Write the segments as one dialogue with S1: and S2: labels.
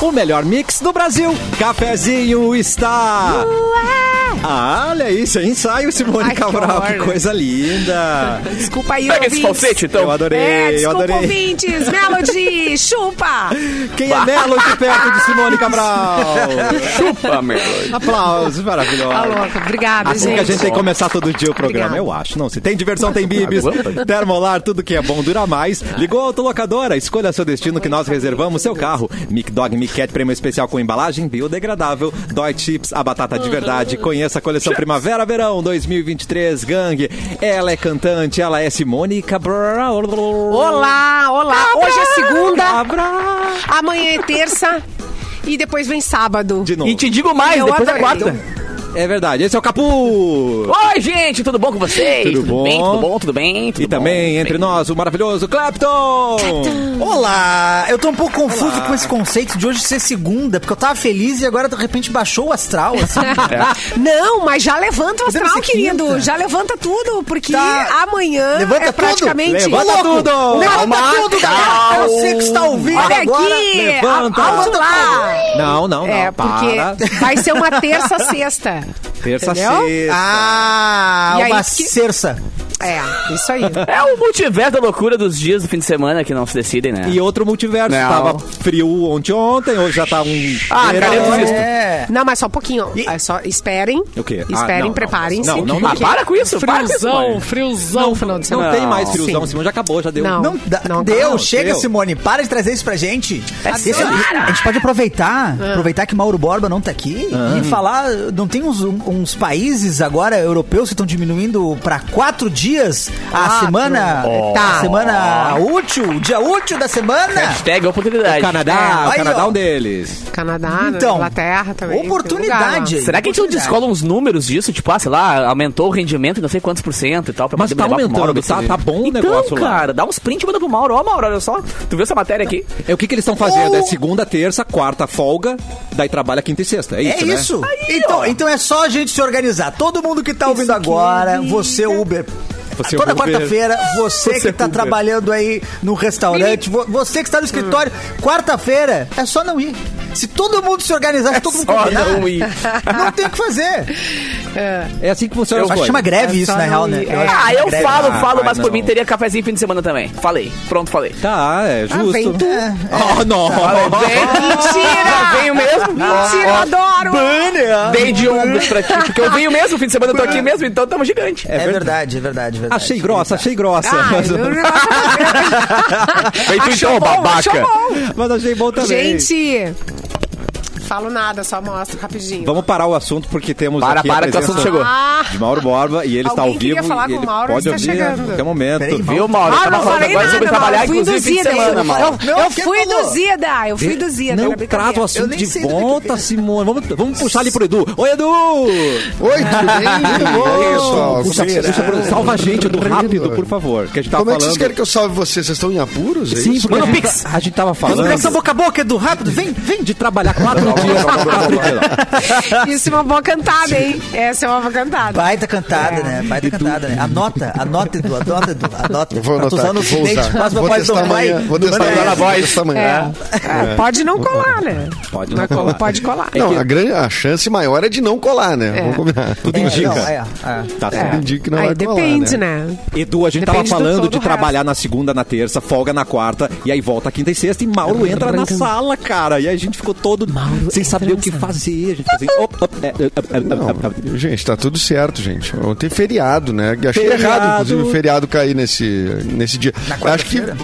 S1: o melhor mix do Brasil. Cafezinho está. Ah, olha isso, é ensaio, Simone
S2: Ai, que
S1: Cabral. Que,
S2: horror.
S1: coisa linda.
S2: Desculpa aí,
S3: Pega
S2: ouvintes.
S3: esse falsete, então.
S1: Eu adorei,
S2: É,
S1: eu
S2: desculpa,
S1: adorei.
S2: ouvintes. Melody, chupa.
S1: Quem é Melo de perto de Simone Cabral?
S3: Chupa, Melody.
S1: Aplausos,
S2: Tá
S1: maravilhoso.
S2: louco. Obrigada,
S1: Assim
S2: gente.
S1: que a gente tem que começar todo dia o programa,
S2: Obrigada.
S1: eu acho. Não, se tem diversão, tem bibis. Termolar, tudo que é bom dura mais. Ligou a autolocadora, escolha seu destino que nós reservamos seu carro. Mic Dog Mic Cat, prêmio especial com embalagem biodegradável. Dói Chips, a batata de verdade. Conheça a coleção Primavera Verão 2023, gangue. Ela é cantante, ela é Simone Cabral.
S2: Olá, olá. Hoje é
S1: Ah,
S2: segunda,
S1: Cabral.
S2: amanhã é terça e depois vem sábado.
S1: De novo.
S3: E te digo mais,
S2: Eu
S3: depois da
S2: adorei.
S3: quarta.
S1: É verdade, esse é o Capu!
S3: Oi, gente, tudo bom com vocês?
S1: Tudo
S3: bem,
S1: bom?
S3: tudo bom, tudo bem? tudo
S1: E também
S3: bom,
S1: entre
S3: bem.
S1: nós o maravilhoso Clapton!
S4: Olá! Eu tô um pouco confuso com esse conceito de hoje ser segunda, porque eu tava feliz e agora de repente baixou o astral, assim.
S2: É. Não, mas já levanta o astral,
S4: ser
S2: querido.
S4: quinta.
S2: Já levanta tudo, porque
S4: Tá.
S2: amanhã
S4: Levanta
S2: é
S4: tudo.
S2: praticamente...
S1: Levanta tudo!
S4: Levanta
S3: Calma,
S4: tudo, galera! Você que está ouvindo
S2: Olha
S4: agora.
S2: aqui!
S1: levanta.
S2: Alto lá!
S1: Não, não, não.
S2: É,
S1: Para.
S2: porque vai ser uma terça-sexta. Entendeu?
S1: Terça-feira.
S4: Ah,
S2: E aí
S4: uma
S2: que-
S4: cerça.
S2: É, isso aí.
S3: É o multiverso da loucura dos dias do fim de semana que não se decidem, né?
S1: E outro multiverso.
S3: Não.
S1: Tava frio ontem, ontem, hoje já tá um.
S3: Ah,
S1: verão.
S3: cara, eu desisto.
S4: É.
S2: Não, mas só um pouquinho. É só esperem.
S1: O quê? Ah,
S2: Esperem,
S1: não, não,
S2: preparem-se.
S1: não, não,
S3: não.
S2: porque
S3: Ah, para com isso, para com isso,
S2: Friozão,
S3: mãe.
S2: friozão no final de
S1: Não,
S2: semana.
S1: tem mais friozão,
S2: Sim.
S1: Simão já acabou, já deu.
S2: Não.
S4: Não, dá-
S2: Não, É
S4: deu,
S1: não,
S4: chega,
S1: deu.
S4: Simone. Para de trazer isso pra gente.
S3: Esse-
S4: Esse- a gente pode aproveitar,
S2: Ah.
S4: aproveitar que Mauro Borba não tá aqui e falar. Não tem uns, um, uns países agora europeus que estão diminuindo pra quatro dias a
S2: Quatro.
S4: semana.
S2: Ó.
S4: a semana útil, o dia útil da semana.
S3: Hashtag oportunidade.
S1: Canadá,
S4: É,
S1: o
S4: aí,
S1: Canadá é
S4: ó.
S1: um deles.
S2: Canadá,
S4: Então,
S2: Inglaterra também. tem
S4: oportunidade.
S2: lugar, ó.
S3: Será que a gente não descola uns números disso? Tipo, ah, sei lá, aumentou o rendimento em não sei quantos por cento e tal. Pra
S1: Mas
S3: poder
S1: tá
S3: levar pro
S1: aumentando,
S3: Mauro ver se
S1: tá-
S3: ele-
S1: tá bom o
S3: então,
S1: negócio lá.
S3: cara, dá uns print e manda pro Mauro. Ó, Mauro, olha só. Tu viu essa matéria aqui?
S1: É o que, que eles estão fazendo?
S4: Ou-
S1: É segunda, terça, quarta, folga, daí trabalha quinta e sexta. É isso,
S4: É
S1: né?
S4: isso. então, então é só a gente se organizar. Todo mundo que tá ouvindo agora, você Uber.
S1: Você, é
S4: Toda
S1: Uber.
S4: quarta-feira, você,
S1: Você, é
S4: que tá
S1: Uber.
S4: trabalhando aí no restaurante, vo- você que está no escritório,
S1: Hum.
S4: quarta-feira é só não ir. Se todo mundo se organizar, se todo mundo
S3: só
S4: combinar,
S3: não ir.
S4: não tem o que fazer.
S1: É assim que funciona
S4: Eu
S1: as
S4: acho
S1: coisas.
S4: que chama greve
S2: É
S4: isso,
S2: só
S4: na
S2: não
S4: real, né?
S2: ir.
S4: acho que
S3: Ah,
S4: chama
S3: eu
S4: greve.
S3: falo,
S1: Ah,
S3: falo,
S1: ai,
S3: mas por
S1: não.
S3: mim teria cafezinho fim de semana também. Falei, pronto, falei.
S1: Tá, é justo.
S2: Ah, vem tu. Tá,
S1: Oh, não.
S2: Mentira!
S3: Venho mesmo.
S2: Mentira, eu adoro!
S3: Dei de ombros pra ti, porque eu venho mesmo, fim de semana eu tô aqui mesmo, então tamo gigante.
S4: É verdade, é verdade, é verdade.
S1: Achei grossa, achei grossa.
S2: Ah,
S1: mas,
S2: eu não acho
S3: Vem tu então, babaca.
S1: mas achei bom também.
S2: Gente, falo nada, só mostro rapidinho.
S1: Vamos parar o assunto porque temos
S3: Para,
S1: aqui a
S3: para, que o
S1: presença
S3: assunto chegou.
S2: Ah.
S1: de Mauro Borba e ele está ao
S2: Alguém queria
S1: vivo.
S2: falar
S1: e
S2: com o
S1: ele
S2: Mauro,
S1: pode
S2: ele está
S1: ouvir a
S2: chegando.
S1: qualquer momento.
S4: Peraí,
S3: Viu, Mauro?
S2: Ah,
S3: Tava
S2: não
S3: falando
S2: falei
S3: agora sobre
S2: nada,
S3: trabalhar,
S2: Mauro. Fui
S3: inclusive, fim de
S2: induzida.
S3: semana, Mauro.
S2: Eu, eu
S4: quem
S2: fui
S4: falou?
S2: induzida. Eu fui induzida.
S1: Não
S2: na brincadeira.
S1: traz o
S4: Eu
S1: assunto
S4: nem
S1: de
S4: sei do que
S1: volta,
S4: que-
S1: Simone. Vamos, vamos puxar ali pro Edu. Oi, Edu!
S5: Oi, tudo bem? Tudo bom?
S1: Puxa,
S5: Será?
S1: puxa pro- salva a gente do rápido, por favor. Que a gente tava
S5: Como é que é vocês
S1: falando.
S5: querem que eu salve vocês? Vocês estão em apuros? é
S1: Sim,
S5: isso?
S1: porque
S3: Manda
S1: a
S3: o
S1: gente,
S3: Pix.
S1: a gente tava
S4: Conversa
S1: falando
S4: boca a boca, Edu, rápido, vem, vem.
S1: de trabalhar quatro dias. quatro dias.
S2: Isso é uma boa cantada, hein? Essa é uma boa cantada.
S4: Baita cantada,
S5: É.
S4: né? Baita cantada, né? Anota, anota, Edu, anota, Edu, anota.
S5: Eu vou
S4: Tá
S5: anotar
S4: usando
S5: aqui, vou
S4: o
S5: usar.
S4: mas
S5: Vou
S4: papai
S5: testar
S4: não vai-
S5: amanhã. Vou
S4: não
S5: testar
S4: vai-
S5: amanhã.
S3: na
S5: vou
S3: voz.
S5: testar
S2: É.
S5: amanhã.
S2: É, Pode não colar, né?
S1: Pode
S2: Não
S1: não
S2: cola-
S1: colar.
S2: Pode colar.
S5: Não, é a, grande, a chance maior é de não colar, né? Vamos combinar.
S1: Tudo
S4: É,
S1: indica.
S4: não, é, é.
S1: Tá
S2: É.
S1: certo.
S5: indica que não
S2: Aí
S5: vai colar,
S2: depende, né?
S1: Edu, a gente
S2: Depende
S1: tava
S2: do
S1: falando
S2: todo
S1: de
S2: o
S1: trabalhar na segunda, na terça, folga na quarta, e aí volta quinta e sexta, e Mauro entra na sala, cara. E aí a gente ficou todo sem saber o que fazer. A gente ficou assim, op, op, é, é, é, é, é, é.
S5: Não, gente, tá tudo certo, gente. Ontem é feriado, né? Achei
S1: Feriado.
S5: errado, inclusive, o feriado cair nesse, nesse dia. Acho que.
S4: quarta-feira?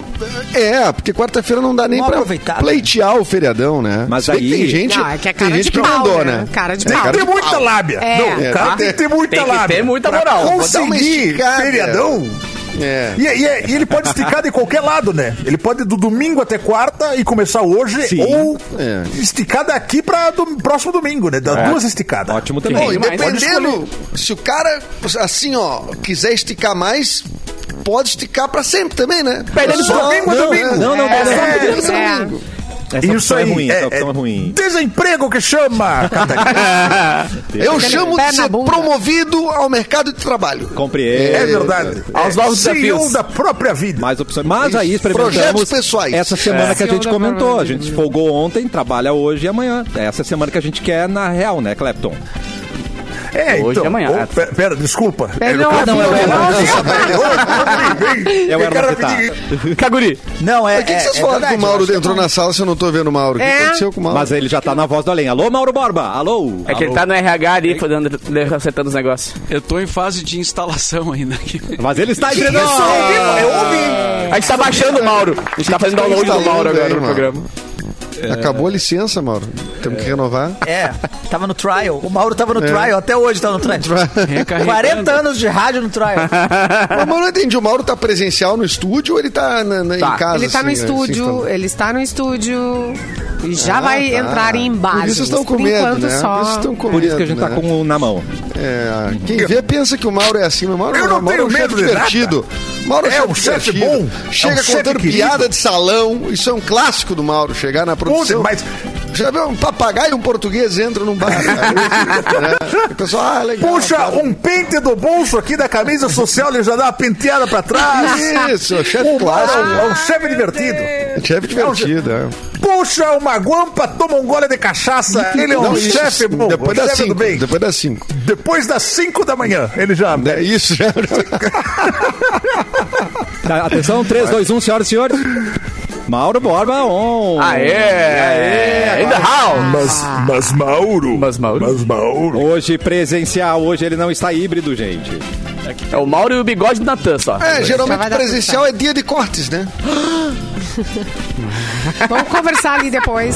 S5: É, porque quarta-feira não dá nem
S4: Vamos
S5: pra
S4: aproveitar, né?
S5: pleitear o feriadão, né?
S1: Mas
S5: Se bem que
S1: aí-
S5: tem gente,
S2: Não, é que é
S5: tem
S2: cara
S5: gente
S2: de
S5: que
S2: pau,
S5: mandou,
S2: né?
S5: né?
S2: Cara de
S5: É,
S2: pau.
S6: Tem que ter muita lábia.
S2: É.
S6: Não,
S5: É,
S6: o cara
S5: tá.
S6: tem que ter muita
S3: Tem que
S6: lábia.
S3: ter muita
S6: Pra
S3: moral.
S5: Vou dar uma
S6: Conseguir
S5: esticada.
S6: feriadão.
S5: É.
S6: E, e- e ele pode esticar de qualquer lado, né? Ele pode ir do domingo até quarta e começar hoje,
S1: Sim.
S6: ou
S5: É.
S6: esticar daqui pra do, próximo domingo, né? Das duas esticadas.
S1: é, Ótimo também.
S5: Bom, e
S3: mais.
S5: dependendo, se o cara, assim, ó, quiser esticar mais, pode esticar pra sempre também, né?
S3: Perdendo
S5: É só-
S3: pro domingo, é
S5: não,
S3: domingo.
S5: né?
S1: Não, não,
S2: É,
S1: não, não.
S2: é,
S5: Domingo,
S2: é.
S5: domingo.
S1: Essa
S6: Isso
S1: opção
S6: aí.
S1: é ruim, essa opção é ruim.
S6: Desemprego que chama, Catarina.
S5: Eu chamo
S2: pé
S5: de
S2: na
S5: ser
S2: bunda.
S5: promovido ao mercado de trabalho.
S1: Compreendo.
S6: É verdade.
S3: Aos novos
S6: é, CEO
S3: desafios.
S6: da própria vida.
S1: Mais opções. Mas aí experimentamos
S5: Projetos pessoais.
S1: essa semana
S2: É.
S1: que a gente
S2: Senhor da
S1: comentou. A
S2: Providência.
S1: gente folgou ontem, trabalha hoje e amanhã. É Essa semana que a gente quer na real, né, Clepton?
S6: É,
S3: Hoje
S6: então.
S3: e amanhã.
S6: Ô, pe- pera, desculpa.
S2: É,
S6: Eu
S2: não,
S6: quero-
S2: não, é o Herman
S1: É o
S6: Eu
S1: Herman tá.
S6: quero
S1: Vittar.
S6: pedir-
S3: Caguri.
S4: Não, é.
S5: Por que,
S4: é-
S5: que vocês
S4: é
S5: falaram
S4: verdade,
S5: que o
S4: eu
S5: Mauro
S4: acho que
S5: entrou
S4: não.
S5: na sala se eu não tô vendo o Mauro? O que
S2: É.
S5: aconteceu com o Mauro?
S1: Mas ele já tá na voz do além. Alô, Mauro Borba! Alô!
S3: É que ele tá no RH ali, fazendo, acertando os negócios.
S7: Eu tô em fase de instalação ainda aqui.
S1: Mas ele
S4: Tá
S1: está entre nós!
S4: Eu ouvi.
S3: A gente tá baixando o Mauro. A gente
S6: um
S3: tá fazendo download do Mauro agora no programa.
S5: É. Acabou a licença, Mauro. Temos que renovar.
S4: É, tava no trial. O Mauro tava
S5: É.
S4: no trial, até hoje tava no trial. 40 anos de rádio no trial.
S5: Mas eu não entendi. O Mauro tá presencial no estúdio ou ele tá, na, na- em casa?
S2: Ele tá no
S5: assim,
S2: estúdio,
S5: assim,
S2: ele está no estúdio e já
S5: Ah,
S2: vai
S5: tá.
S2: entrar em
S5: Por
S2: embagens.
S5: isso estão com
S2: Por
S5: medo,
S2: enquanto
S5: né?
S2: só.
S5: Por isso estão com
S1: Por isso que a
S5: medo,
S1: gente tá
S5: né?
S1: com o na mão.
S5: É, quem vê pensa que o Mauro é assim, mas o Mauro,
S6: Eu não
S5: o Mauro
S6: tenho
S5: é um chefe
S6: medo de
S5: divertido. Mauro
S6: É
S5: chefe
S6: um chefe
S5: divertido.
S6: bom, é
S5: Chega
S6: um chefe
S5: contando
S6: querido.
S5: piada de salão. Isso é um clássico do Mauro, chegar na produção.
S6: Puta, mas-
S5: Já viu um papagaio e um português entram num bar. cara. É, O pessoal, ah, legal.
S6: Puxa um pente do bolso aqui da camisa social e já dá uma penteada pra trás.
S5: Isso, é um chefe
S6: O Mauro é
S5: clássico.
S6: um- é um chefe divertido.
S5: Chefe divertido, é.
S6: Puxa uma guampa, toma um gole de cachaça. Ele é um
S5: Não, isso,
S6: chefe bom,
S5: Depois
S6: um
S5: das
S6: chefe do
S5: 5.
S6: bem.
S5: Depois das 5.
S6: Depois das 5 da manhã, ele já.
S5: É isso, já.
S1: Tá, atenção, 3, 2, 1, senhoras e senhores. Mauro Borba on!
S3: Aê! Aê! In the house!
S6: Mas, mas Mauro.
S3: Mas Mauro.
S6: Mas Mauro.
S1: Hoje presencial, hoje ele não está híbrido, gente.
S3: É o Mauro e o bigode do Natan só.
S5: É,
S2: Já vai
S5: geralmente
S2: dar
S5: presencial é dia de cortes, né?
S2: Vamos conversar ali depois.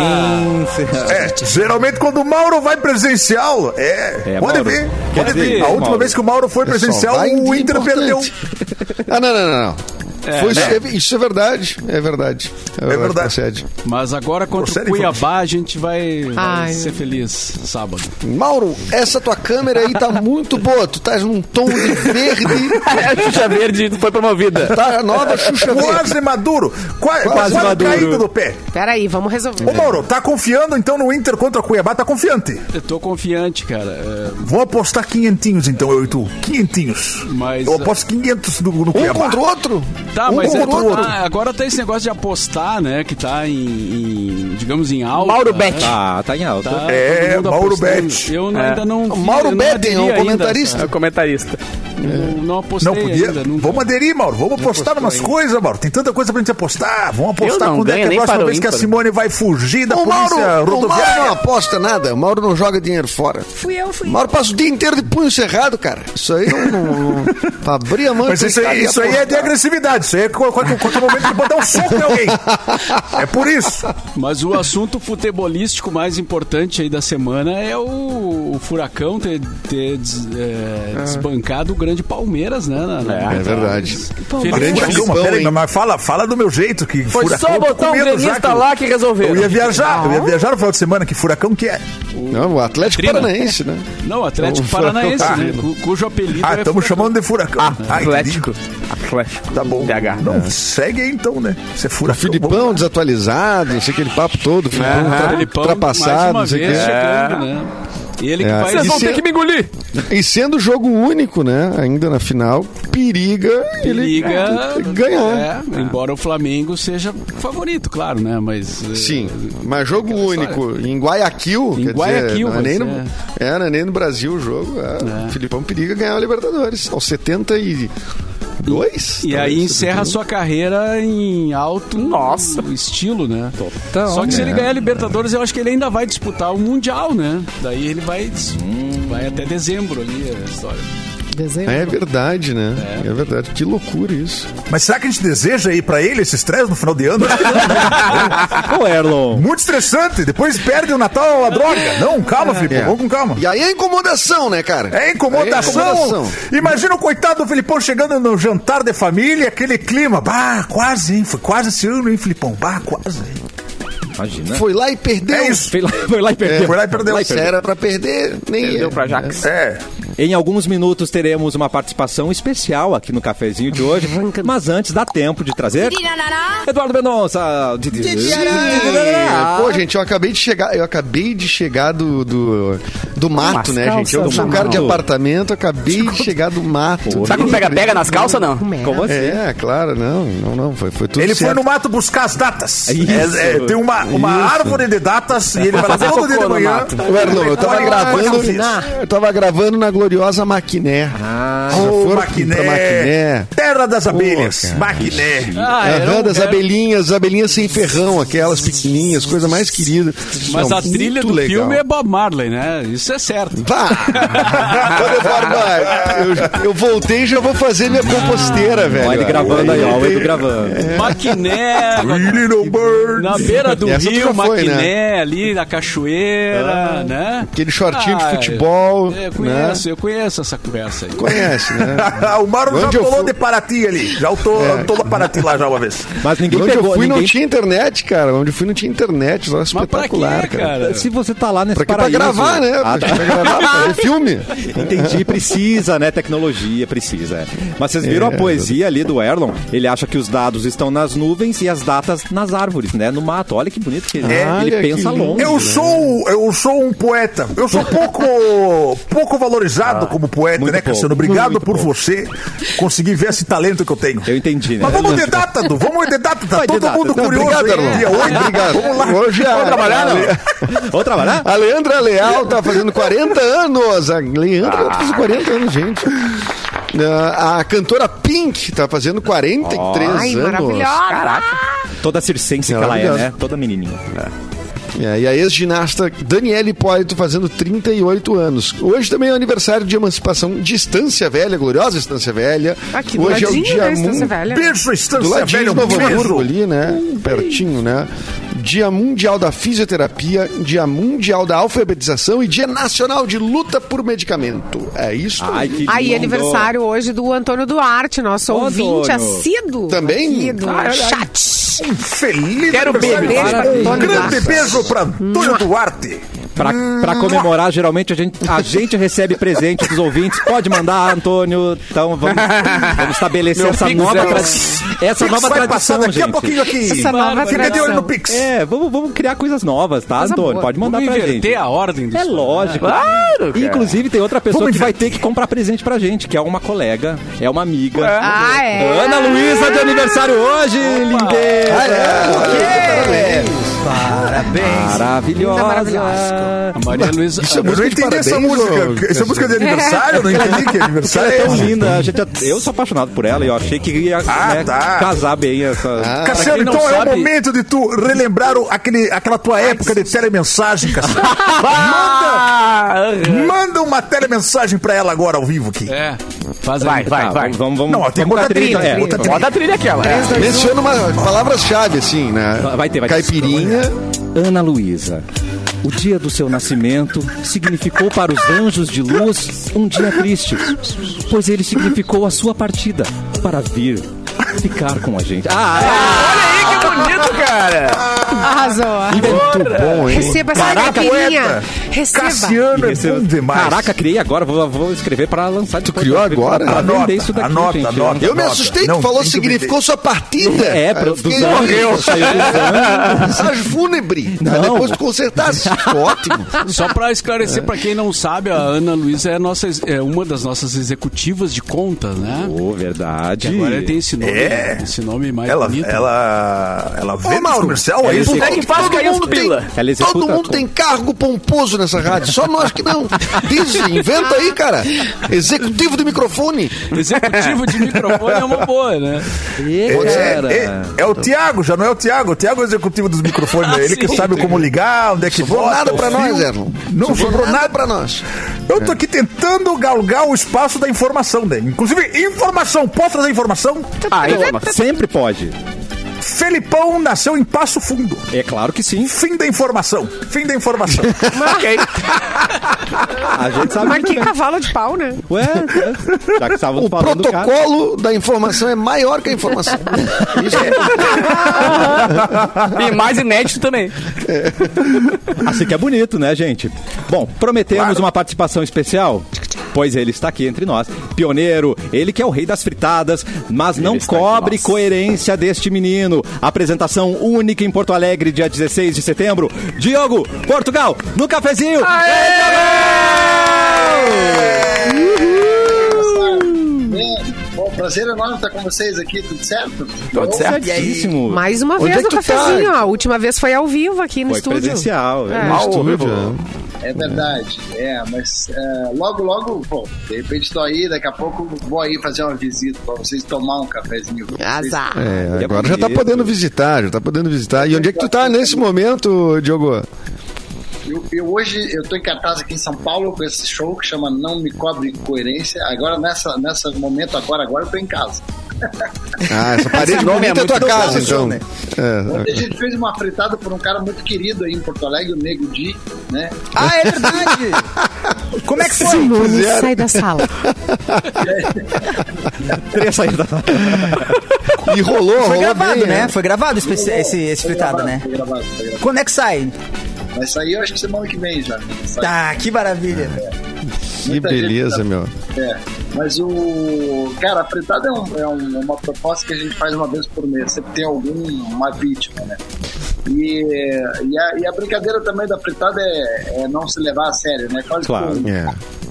S6: É, geralmente quando o Mauro vai presencial, é.
S1: É,
S6: pode
S1: Mauro.
S6: ver.
S1: Quer
S6: Pode
S1: dizer,
S6: ver. A última
S1: Mauro.
S6: vez que o Mauro foi presencial,
S5: vai em
S6: o
S5: dia
S6: Inter perdeu. né?
S5: importante. Ah, não, não, não. não. Foi- isso, é, isso é verdade. É verdade. É
S6: verdade.
S5: procede.
S7: Mas agora contra o
S6: Procede,
S7: Cuiabá a gente vai, vai
S2: Ai.
S7: ser feliz sábado.
S5: Mauro, essa tua câmera aí tá muito boa. Tu tá num tom de verde.
S3: É, A Xuxa Verde foi promovida.
S5: Tá a nova Xuxa verde.
S6: Quase maduro. Quase, quase
S1: maduro.
S6: caído do pé.
S2: Peraí, vamos resolver.
S6: Ô Mauro, tá confiando então no Inter contra o Cuiabá? Tá confiante?
S7: Eu tô confiante, cara. É,
S6: Vou apostar quinhentinhos então, eu e tu. Quinhentinhos.
S7: Mas, ah,
S6: eu aposto quinhentos no, no
S5: Um
S6: Cuiabá.
S5: contra o outro?
S7: Tá,
S5: um
S7: mas é-
S5: contra o outro.
S7: ah, agora tem esse negócio de apostar, né? Que tá em, em, digamos, em alta.
S3: Mauro
S7: né?
S3: Bet.
S1: Tá, tá em alta.
S7: Tá,
S6: É,
S7: todo mundo
S6: Mauro
S7: apostando.
S6: Bet.
S7: Eu não-
S3: É.
S7: ainda não.
S5: O Mauro Betting é um
S3: É
S5: comentarista.
S3: o comentarista.
S7: Não, não apostei
S6: Não podia.
S7: ainda. Nunca.
S6: Vamos aderir, Mauro. Vamos apostar umas coisas, Mauro. Tem tanta coisa pra gente apostar. Vamos apostar
S3: não
S6: quando é
S3: ganho
S6: que a
S3: nem
S6: próxima
S3: para o
S6: vez que a
S3: ímpar.
S6: Simone vai fugir da
S5: O Mauro,
S6: polícia
S5: o Mauro não
S6: rodoviária.
S5: aposta nada. O Mauro não joga dinheiro fora.
S2: Fui eu, fui
S5: O Mauro passa o dia inteiro de punho cerrado, cara. Isso aí não. não- não- pra abrir a mão
S6: Mas
S5: tem
S6: isso
S5: que
S6: aí,
S5: abrir a
S6: isso aí é de
S5: porta.
S6: agressividade. Isso aí é qual- qual- qualquer, momento que botar um soco em alguém. É por isso.
S7: Mas o assunto futebolístico mais importante aí da semana é o, o Furacão ter, ter des- é, desbancado o grande Palmeiras, né? na- na-
S5: Ah. É verdade.
S7: Feliz-
S5: Grande
S6: Mas, calma,
S5: Filipão,
S6: peraí,
S5: hein?
S6: mas fala, fala do meu jeito. Que
S3: Foi
S6: furacão,
S3: só
S6: eu tô
S3: botar
S6: com
S3: um
S6: medo já
S3: gremista
S6: que-
S3: lá que resolveu.
S6: Eu ia viajar, eu ia viajar no final de semana, que furacão que é.
S5: Não, o Atlético
S7: Trina.
S5: Paranaense, né?
S7: Não, Atlético
S5: O Furacão
S7: Paranaense,
S5: tá.
S7: né? cu- Cujo apelido
S6: Ah,
S7: é
S6: estamos
S7: Furacão.
S6: chamando de furacão. Ai, que
S3: Atlético. Atlético.
S6: Tá bom.
S3: TH.
S6: Não, segue aí então, né? Você é furacão.
S5: Tá Filipão desatualizado, não sei aquele papo todo, Filipão ultra-
S7: Felipão,
S5: né? ultrapassado, não
S7: mais uma
S5: sei o É.
S7: vez
S5: que.
S7: chegando, né? Ele que
S5: É.
S7: vai
S5: Vocês
S7: de-
S5: vão ter
S3: que me engolir.
S5: E sendo jogo único, né? Ainda na final, periga,
S7: Liga
S5: ele ganhar.
S7: é, embora o Flamengo seja favorito, claro, né? Mas é,
S5: Sim, mas jogo único em Guayaquil,
S7: Em
S5: quer dizer,
S7: Guayaquil,
S5: não é nem,
S7: mas
S5: no, é, não é nem no Brasil o jogo. É. Filipão periga ganhar o Libertadores aos 72.
S7: E
S5: talvez,
S7: aí encerra
S5: 71.
S7: a sua carreira em alto
S3: Nossa.
S7: estilo, né? Só que se
S5: é.
S7: ele ganhar a Libertadores, eu acho que ele ainda vai disputar o Mundial, né? Daí ele vai,
S5: Hum.
S7: vai até dezembro ali a história.
S5: É verdade, né? É. verdade. Que loucura isso.
S6: Mas será que a gente deseja ir pra ele esse estresse no final de ano? Acho que não. né?
S1: Ô, Erlon.
S6: Muito estressante. Depois perde o Natal a droga. Não, calma, Felipe.
S5: É.
S6: Vamos com calma.
S5: E aí é incomodação, né, cara?
S6: É incomodação.
S5: É incomodação.
S6: Imagina o coitado do Filipão chegando no jantar de família, aquele clima. Bah, quase, hein? Foi quase esse ano, hein, Filipão? Bah, quase. hein?
S1: Imagina.
S5: Foi lá e perdeu.
S6: É isso.
S1: Foi lá, foi lá e perdeu.
S6: Foi lá e perdeu.
S5: Se era pra perder, nem
S3: Deu pra Jax.
S6: É.
S1: Em alguns minutos teremos uma participação especial aqui no cafezinho de hoje, mas antes dá tempo de trazer Eduardo Mendonça.
S5: Pô, gente, eu acabei de chegar, eu acabei de chegar do, do, do
S3: Umas
S5: mato, né, gente? Eu
S3: calças
S5: sou um
S3: na
S5: cara de
S1: mão.
S5: apartamento, eu acabei de chegar do mato.
S3: Sabe como pega-pega nas calças, não?
S1: Como assim?
S5: É, claro, não, não, não, foi, foi tudo
S6: Ele foi
S5: certo.
S6: no mato buscar as datas.
S1: Isso.
S6: É, é, tem uma, uma
S5: Isso.
S6: árvore de datas e ele vai lá
S3: fazer
S6: todo
S3: cocô
S6: dia de
S3: no
S6: manhã.
S3: mato.
S5: Ô, Erlon, eu tava
S6: Olha,
S5: gravando.
S6: olha,
S5: Eu tava gravando na gloriosa Maquiné.
S1: Ah,
S5: Ô,
S6: Ô,
S5: pra
S6: Maquiné.
S5: Maquiné.
S6: Terra das abelhas.
S5: cara.
S6: Maquiné.
S7: Ah,
S5: é,
S7: era
S5: né,
S7: um-
S5: das
S7: era-
S5: abelhinhas, abelhinhas sem ferrão, aquelas pequenininhas, coisa mais querida.
S7: Mas
S5: Não,
S7: a trilha
S5: é muito
S7: do
S5: legal.
S7: filme é Bob Marley, né? Isso é certo.
S5: Pá! Ô, Eduardo, eu, eu voltei e já vou fazer minha composteira, velho.
S1: Olha ele gravando aí, ó. O Edu gravando.
S7: Maquiné,
S6: Little Bird.
S7: na beira do
S5: Essa tu
S7: rio,
S5: já foi,
S7: Maquiné,
S5: né? Ah,
S7: ali na cachoeira, né?
S5: Aquele shortinho
S7: Ah,
S5: de futebol.
S7: Eu
S5: né?
S7: conheço, eu conheço essa conversa aí.
S5: Conhece, né?
S6: o Mauro já
S5: Onde eu
S6: falou
S5: fui?
S6: de Paraty ali. Já tô,
S5: É.
S6: tô lá Paraty lá já uma vez.
S1: Mas
S5: E
S1: ninguém
S5: onde eu
S1: pegou,
S5: fui não
S1: ninguém
S5: tinha internet, cara. Onde eu fui não tinha internet. Nossa,
S7: Mas pra quê,
S5: espetacular, cara.
S7: cara?
S1: Se você tá lá nesse
S5: Pra, quê? pra
S1: paraíso...
S5: gravar, né?
S1: Ah, tá.
S5: Pra gravar, pra ver filme.
S1: Entendi, precisa, né? Tecnologia, precisa. é. Mas vocês viram
S5: É.
S1: a poesia ali do Erlon? Ele acha que os dados estão nas nuvens e as datas nas árvores, né? No mato. Olha que bonito que ele,
S5: É.
S1: ele
S5: Olha
S1: pensa
S5: que
S1: longe.
S6: Eu sou, eu sou um poeta. Eu sou pouco, pouco valorizado como poeta,
S1: muito
S6: né,
S1: pouco.
S6: Cassiano? Obrigado
S1: Muito
S6: por
S1: pouco.
S6: você conseguir ver esse talento que eu tenho.
S1: Eu entendi, né?
S6: Mas vamos de data, Du. Vamos de data. Tá
S1: Vai de
S6: todo
S1: data.
S6: mundo
S1: Não,
S6: curioso.
S5: Obrigado,
S6: aí,
S5: Erlon.
S6: dia oito.
S5: Obrigado.
S6: Vamos lá.
S5: Hoje é.
S6: trabalhar, não?
S1: Vamos trabalhar?
S5: A Leandra Leal tá fazendo 40 anos. A Leandra tá fazendo 40 anos, gente. Ah, A cantora Pink tá fazendo 43
S2: Ai,
S5: anos.
S2: maravilhosa.
S1: Toda circense que ela é,
S5: Maravilhoso.
S1: né? Toda menininha.
S5: É, e a ex-ginasta Daniele Hipólito fazendo 38 anos. Hoje também é o aniversário de emancipação de Estância Velha, gloriosa Estância Velha.
S2: Aqui do
S5: Hoje é o
S2: ladinho
S5: dia
S2: da né, Estância
S5: mun-
S2: Velha.
S6: Berço,
S5: Do
S6: Estância
S5: ladinho
S1: é
S6: Velha,
S5: de
S6: um
S5: Novo
S6: berço.
S5: Hamburgo ali, né? Pertinho, né? Dia Mundial da Fisioterapia, Dia Mundial da Alfabetização e Dia Nacional de Luta por Medicamento. É isso
S1: Ai, que
S2: Aí,
S1: lindo.
S2: aniversário hoje do Antônio Duarte, nosso
S1: Ô,
S2: ouvinte
S1: Antônio.
S2: assíduo.
S5: Também?
S2: aqui do
S6: Ai, ai,
S2: chat.
S6: um Feliz
S3: Quero
S6: aniversário.
S2: beijo pra
S6: Um
S2: Antônio
S6: grande
S2: Duarte.
S6: beijo pra Antônio Duarte.
S1: Pra, pra
S2: Hum.
S1: comemorar, geralmente a gente, a gente recebe presente dos ouvintes. Pode mandar, Antônio. Então vamos, vamos estabelecer
S3: Meu
S1: essa
S3: Pix
S1: nova,
S3: é o-
S1: tradi- essa nova
S6: Vai
S1: tradição,
S6: passar daqui a
S1: gente.
S6: pouquinho aqui.
S2: Essa nova
S6: Fica de olho
S2: tradição.
S6: no Pix.
S1: É, vamos, vamos criar coisas novas, tá,
S2: Coisa
S1: Antônio?
S2: boa.
S1: Pode mandar
S7: Vamos
S1: pra
S7: inverter
S1: gente.
S7: a ordem dos
S1: É
S6: né?
S1: lógico.
S3: Claro, cara.
S1: Inclusive, tem outra pessoa
S6: Vamos
S1: que vai ter que comprar presente pra gente, que é uma colega, é uma amiga.
S2: Ah, é.
S1: Ana Luísa de aniversário hoje,
S5: Ah,
S1: lindeza!
S5: é.
S4: Parabéns.
S1: Maravilhosa.
S2: maravilhosa.
S7: A Maria Luísa.
S5: Isso é
S6: Eu
S5: muito
S6: não
S5: de
S6: entendi essa
S5: parabéns, ô,
S6: música. Essa
S5: Cassiano.
S6: música é de aniversário? Eu não entendi que aniversário
S1: Ela
S6: é
S1: é tão
S6: esse.
S1: linda, a gente, eu sou apaixonado por ela e eu achei que ia
S6: Ah,
S1: né,
S6: tá.
S1: casar bem essa.
S5: Ah.
S6: Cassiano,
S7: quem não
S6: então é o
S7: sabe-
S6: momento de tu relembrar o- aquele, aquela tua época de telemensagem, Cassiano. manda, manda uma telemensagem pra ela agora ao vivo aqui.
S7: É, faz aí.
S3: Vai, vai,
S1: Tá,
S3: vai.
S1: Vamos, vamos, vamos, É,
S6: Não, ó, tem que botar trilha, tem que botar
S3: Bota a trilha aquela.
S5: É. Menciona umas palavras-chave, assim, né?
S1: Vai ter, vai ter.
S5: Caipirinha.
S1: Ana Luísa. O dia do seu nascimento significou para os anjos de luz um dia triste, pois ele significou a sua partida para vir ficar com a gente. Ah,
S3: Bonito, cara.
S2: Arrasou.
S5: Muito bom, hein?
S2: Receba essa caipirinha.
S6: poeta.
S2: Receba.
S6: Cassiano é bom demais.
S1: Caraca, criei agora, vou, vou escrever para lançar. Tu
S5: criou agora?
S1: Pra vender
S6: Anota,
S1: isso daqui,
S6: anota,
S1: gente.
S6: anota.
S5: Eu me
S6: Nota.
S5: assustei,
S6: Não,
S5: tu falou
S6: tem que
S5: significou
S6: meter.
S5: sua partida.
S1: É, pro,
S5: Aí eu
S1: dos
S5: fiquei-
S1: anjos. Saiu dos anjos.
S5: Mensagem fúnebre. Aí Depois tu consertasse. Ficou ótimo.
S7: Só pra
S5: né?
S7: esclarecer pra quem não sabe, a Ana Luísa é, a nossa, ex- é uma das nossas executivas de contas, né?
S1: Oh,
S7: Que
S1: verdade.
S7: agora tem esse nome,
S6: É.
S7: esse nome mais
S6: Ela,
S7: bonito.
S6: ela, ela vê no
S5: Mauro,
S6: comercial, é
S1: ele
S6: isso?
S1: tem-
S3: Puta que faz
S5: Todo
S3: cair os
S5: mundo tem,
S3: pila.
S1: Ela executa
S5: todo mundo
S1: com-
S5: tem cargo pomposo nessa rádio, só nós que não. Diz, inventa aí, cara. Executivo do microfone.
S7: Tá Executivo de microfone é uma boa, né?
S1: É,
S6: É,
S1: cara.
S6: é, é o Tiago, já não é o Tiago. O Tiago é o executivo dos microfones. é
S7: Ah,
S6: ele que
S7: sim.
S6: sabe como ligar, onde é que
S5: Sobrou
S6: bota,
S5: nada
S6: o
S5: pra
S6: fio.
S5: nós, Erlon.
S6: Não sobrou, nada.
S5: pra nós. É.
S6: Eu tô aqui tentando galgar o espaço da informação dele. Inclusive, informação. Posso trazer informação?
S3: Ah, informa.
S1: então, Sempre pode.
S6: Felipão nasceu em Passo Fundo.
S1: É claro que sim.
S6: Fim da informação. Fim da informação.
S3: Ok.
S1: A gente sabe
S2: Mas
S1: muito
S2: que
S1: bem.
S2: cavalo de pau, né?
S1: Ué, é. já que estavam
S5: O
S1: falando do cara.
S5: protocolo da informação é maior que a informação. Isso é.
S3: E mais inédito também.
S1: Assim que é bonito, né, gente? Bom, prometemos
S6: Claro.
S1: uma participação especial. pois ele está aqui entre nós. Pioneiro, ele que é o rei das fritadas, mas não
S8: está entre
S1: cobre
S8: nós.
S1: coerência deste menino. Apresentação única em Porto Alegre, dia 16 de setembro. Diogo, Portugal, no cafezinho.
S9: É, Bom, prazer enorme estar com vocês aqui, tudo certo?
S8: Tudo certo.
S1: Certíssimo.
S2: Mais uma
S5: Onde
S2: vez
S5: é que
S2: no
S5: tu tá?
S2: cafezinho, ó. A última vez foi ao vivo aqui no
S1: Foi
S2: estúdio.
S1: presencial.
S2: É.
S1: É.
S8: Ao
S5: Estúdio,
S8: vivo.
S5: é.
S9: É verdade, é, mas é, logo, logo, bom, de repente estou aí, daqui a pouco vou aí fazer uma visita para vocês tomar um cafezinho.
S2: Azar.
S5: É,
S1: É
S5: agora já tá
S1: bonito.
S5: podendo visitar, já tá podendo visitar. E onde é que tu tá nesse momento, Diogo?
S9: Eu, eu hoje eu tô em cartaz aqui em São Paulo com esse show que chama Não Me Cobre Coerência. Agora, nessa, nessa momento agora, agora eu tô em casa.
S5: Ah, essa parede
S8: nome é
S5: bonita é, tua
S8: muito
S5: casa,
S8: bom,
S5: então.
S8: né?
S5: É.
S9: Ontem a gente fez uma fritada por um cara muito querido aí em Porto Alegre, o Nego Di, né?
S4: Ah, é verdade! Como é que foi?
S2: Simone, sai da sala.
S1: Três saídas.
S5: É. E rolou,
S4: Foi
S5: rolou
S4: gravado,
S5: bem,
S4: né? Foi gravado esse, esse, esse
S9: Foi
S4: fritado,
S9: gravado,
S4: né?
S9: Foi gravado, foi gravado.
S4: Quando é que sai?
S9: Vai sair, eu acho que semana que vem já. Sai.
S4: Ah, que maravilha.
S5: Que
S9: Muita gente
S5: beleza,
S9: tá-
S5: meu.
S9: É, mas o. Cara, a fritada é, um- é um- é uma proposta que a gente faz uma vez por mês, sempre tem alguma vítima, né? E, e, a, e a brincadeira também da fritada é, é não se levar a sério, né? Quase
S1: Claro.
S9: que um-
S5: É.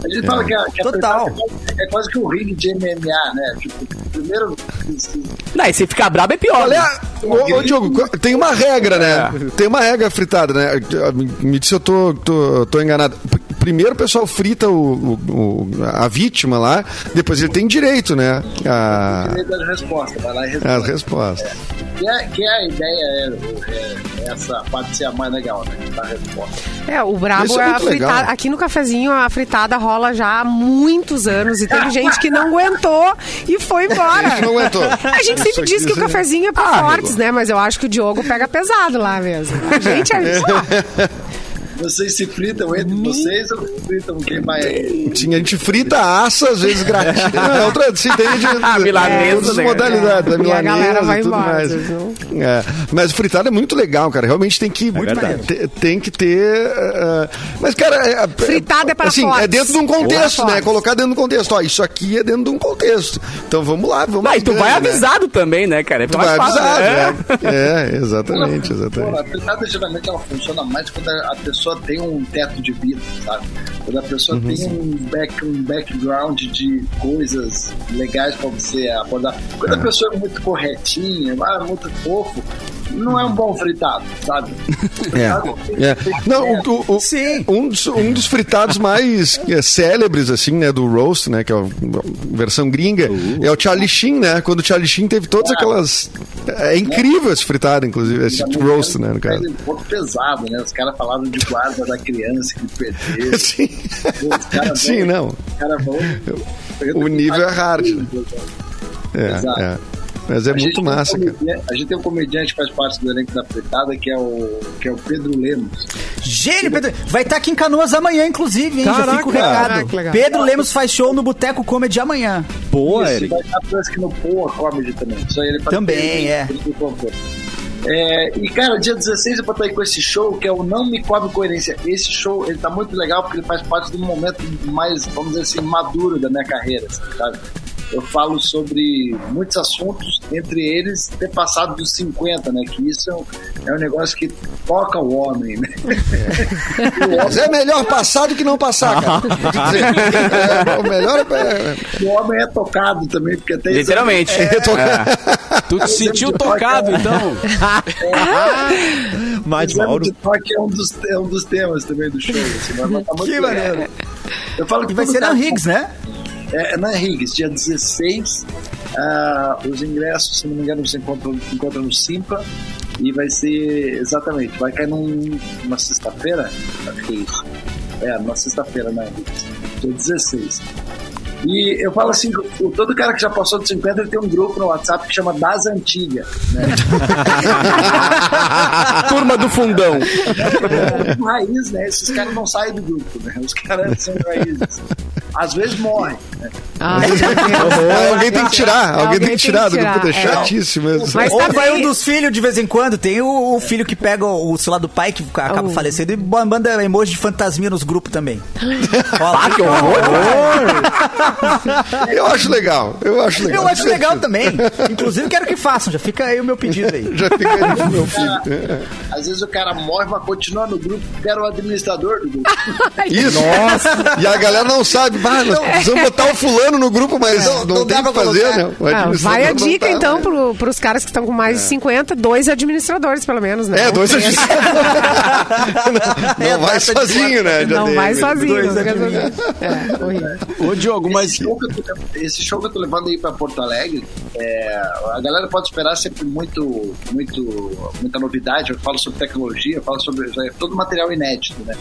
S9: a gente fala que a, que a
S4: Total.
S9: fritada é quase- é quase que um ringue de MMA, né? Tipo, primeiro. se-
S3: Não, e se ficar brabo é pior.
S5: Olha,
S3: né?
S5: ô, ô, Diogo, qu- tem uma regra, né? Tem uma regra fritada, né? Me- Me disse se eu tô, tô, tô enganado. P- Primeiro o pessoal frita o, o- o- a vítima lá, depois ele tem direito, né? A,
S9: direito às respostas, vai lá e
S5: as
S9: responde.
S5: respostas.
S9: Que é, que é a ideia, é, é essa parte ser a mais legal, né? Da resposta.
S2: É, o
S5: Isso
S2: brabo
S5: é
S2: é, a
S5: muito legal.
S2: fritada. Aqui no cafezinho a fritada rola já há muitos anos e teve gente que não aguentou e foi embora.
S5: Não aguentou.
S2: A gente sempre diz que o cafezinho é
S5: Ah,
S2: pra fortes, né? Mas eu acho que o Diogo pega pesado lá mesmo. A gente é.
S9: Vocês se fritam entre vocês ou fritam quem mais?
S5: Sim, a gente frita, assa, às vezes gratina. É outra, se tem de
S3: Milanesa,
S5: todas as
S3: né?
S5: modalidades, da
S2: E a
S5: milanesa
S2: galera vai
S5: e tudo
S2: embora,
S5: mais.
S2: vocês vão.
S5: É, mas fritada é muito legal, cara. Realmente tem
S3: É
S5: que,
S1: verdade.
S5: te- tem que ter... eh, mas, cara... é- é-
S2: Fritada é para
S5: assim,
S2: fortes.
S5: É dentro de um contexto,
S2: Para
S5: né?
S2: fortes.
S5: Colocar dentro de um contexto. Ó, isso aqui é dentro de um contexto. Então, vamos lá, vamos
S3: Não, e tu
S5: adiante,
S3: vai
S5: né?
S3: avisado também, né, cara? É
S5: Tu
S3: mais
S5: vai
S3: fácil,
S5: avisado,
S3: né?
S5: né? É, exatamente, exatamente.
S9: Pô, a fritada geralmente ela funciona mais quando a pessoa tem um teto de vida, sabe? Quando a pessoa
S5: Uhum,
S9: tem um, back, um background de coisas legais pra você abordar. Quando a pessoa é muito corretinha, ah, muito fofo, não
S5: Uhum.
S9: é um bom fritado, sabe?
S5: Tipo É. É. Não, o- o- o-
S4: Sim.
S5: Um, dos, um dos fritados mais é, célebres, assim, né, do roast, né, que é a versão gringa, é o Charlie Sheen, né, quando o Charlie Sheen teve
S9: Ah.
S5: todas aquelas... É incrível esse fritado, inclusive, esse roast, né, no caso.
S9: Um pouco pesado, né? Os caras falaram de guarda da criança que perdeu.
S5: Sim,
S9: Os caras
S5: Sim
S9: vão-
S5: não.
S9: os caras vão-
S5: O nível é hard, né?
S9: Exato.
S5: É, é. Mas é
S9: A gente
S5: muito
S9: tem um
S5: massa, cara.
S9: comediante- A gente tem um comediante que faz parte do elenco da fritada, que é o, que é o Pedro Lemos.
S4: Gênio, Pedro. Vai estar aqui em Canoas amanhã, inclusive, hein? Já fica
S1: Caraca.
S4: o recado.
S2: Caraca, legal.
S4: Pedro Lemos faz show no Boteco Comedy amanhã.
S1: Boa,
S9: Isso,
S1: Eric.
S9: vai estar parece que no Poa Comedy também. Só ele faz
S4: Também,
S9: ele-
S4: é.
S9: ele que comprou. É, e cara, dia 16 eu vou estar aí com esse show que é o Não Me Cobre Coerência. Esse show ele tá muito legal porque ele faz parte de um momento mais, vamos dizer assim, maduro da minha carreira. assim, Sabe? Eu falo sobre muitos assuntos, entre eles ter passado dos 50, né? Que isso é um, é um negócio que toca o homem, né?
S5: Mas é melhor passar do que não passar, cara. É, o melhor é...
S9: O homem é tocado também, porque até isso-
S3: Literalmente.
S7: Tu te sentiu tocado, então?
S1: Mas,
S9: Exame
S1: Mauro,
S9: de toque é um dos, é um dos temas também do show. Assim, vai botar muito
S4: Que
S9: legal.
S4: maneiro.
S9: Eu falo que
S4: E vai
S9: tudo
S4: ser na
S9: tá-
S4: Riggs, né?
S9: É, é na Riggs, dia 16. ah, os ingressos, se não me engano, você encontra, encontra no Simpa. E vai ser. Exatamente, vai cair num, numa sexta-feira? Acho que é isso. É, numa sexta-feira na Riggs. Dia 16. E eu falo assim, o- todo cara que já passou de 50, ele tem um grupo no WhatsApp que chama Das Antigas. né?
S3: Turma do fundão.
S9: grupo raiz, né? Esses caras não saem do grupo, né? Os caras são raízes. Às vezes morrem, né?
S2: Ah, meu Deus.
S5: Ah, alguém tem que tirar, alguém, tem que tirar, do grupo é
S2: tirar, é.
S5: chatíssimo mesmo.
S2: Mas
S4: Ou
S2: tá
S4: vai
S2: bem.
S4: um dos filhos de vez em quando. Tem o, o filho que pega o celular do pai que acaba
S2: Oh.
S4: falecendo e bo- manda emoji de fantasminha nos grupos também. Rola.
S3: Ah, que horror!
S5: Eu acho legal, eu acho legal.
S4: Eu acho legal também. Inclusive, quero que façam. Já fica aí o meu pedido aí.
S5: Já fica aí pro meu filho. né?
S9: Às vezes o cara morre, mas continua no grupo, porque era o administrador do grupo.
S5: Isso. Nossa. E a galera não sabe, mas nós precisamos botar o fulano no grupo, mas não,
S4: não
S5: tem
S4: dá
S5: o que
S4: pra
S5: fazer,
S4: colocar.
S5: né? O
S2: Ah, vai a
S5: administrador não
S2: dica,
S5: tá, É.
S2: então,
S5: né?
S2: pro, pros caras que estão com mais de 50, dois administradores, pelo menos, né?
S5: É, dois administradores. não
S4: É,
S5: não vai
S4: data de
S5: sozinho, né? Já
S2: Não
S5: dei-
S2: vai sozinho.
S4: dois
S2: né? É, horrível.
S7: Ô, Diogo, mas.
S9: Esse show, que eu tô, esse show que eu tô levando aí pra Porto Alegre, é, a galera pode esperar sempre muito, muito, muita novidade. Eu falo sobre tecnologia, eu falo sobre é, todo material inédito, né?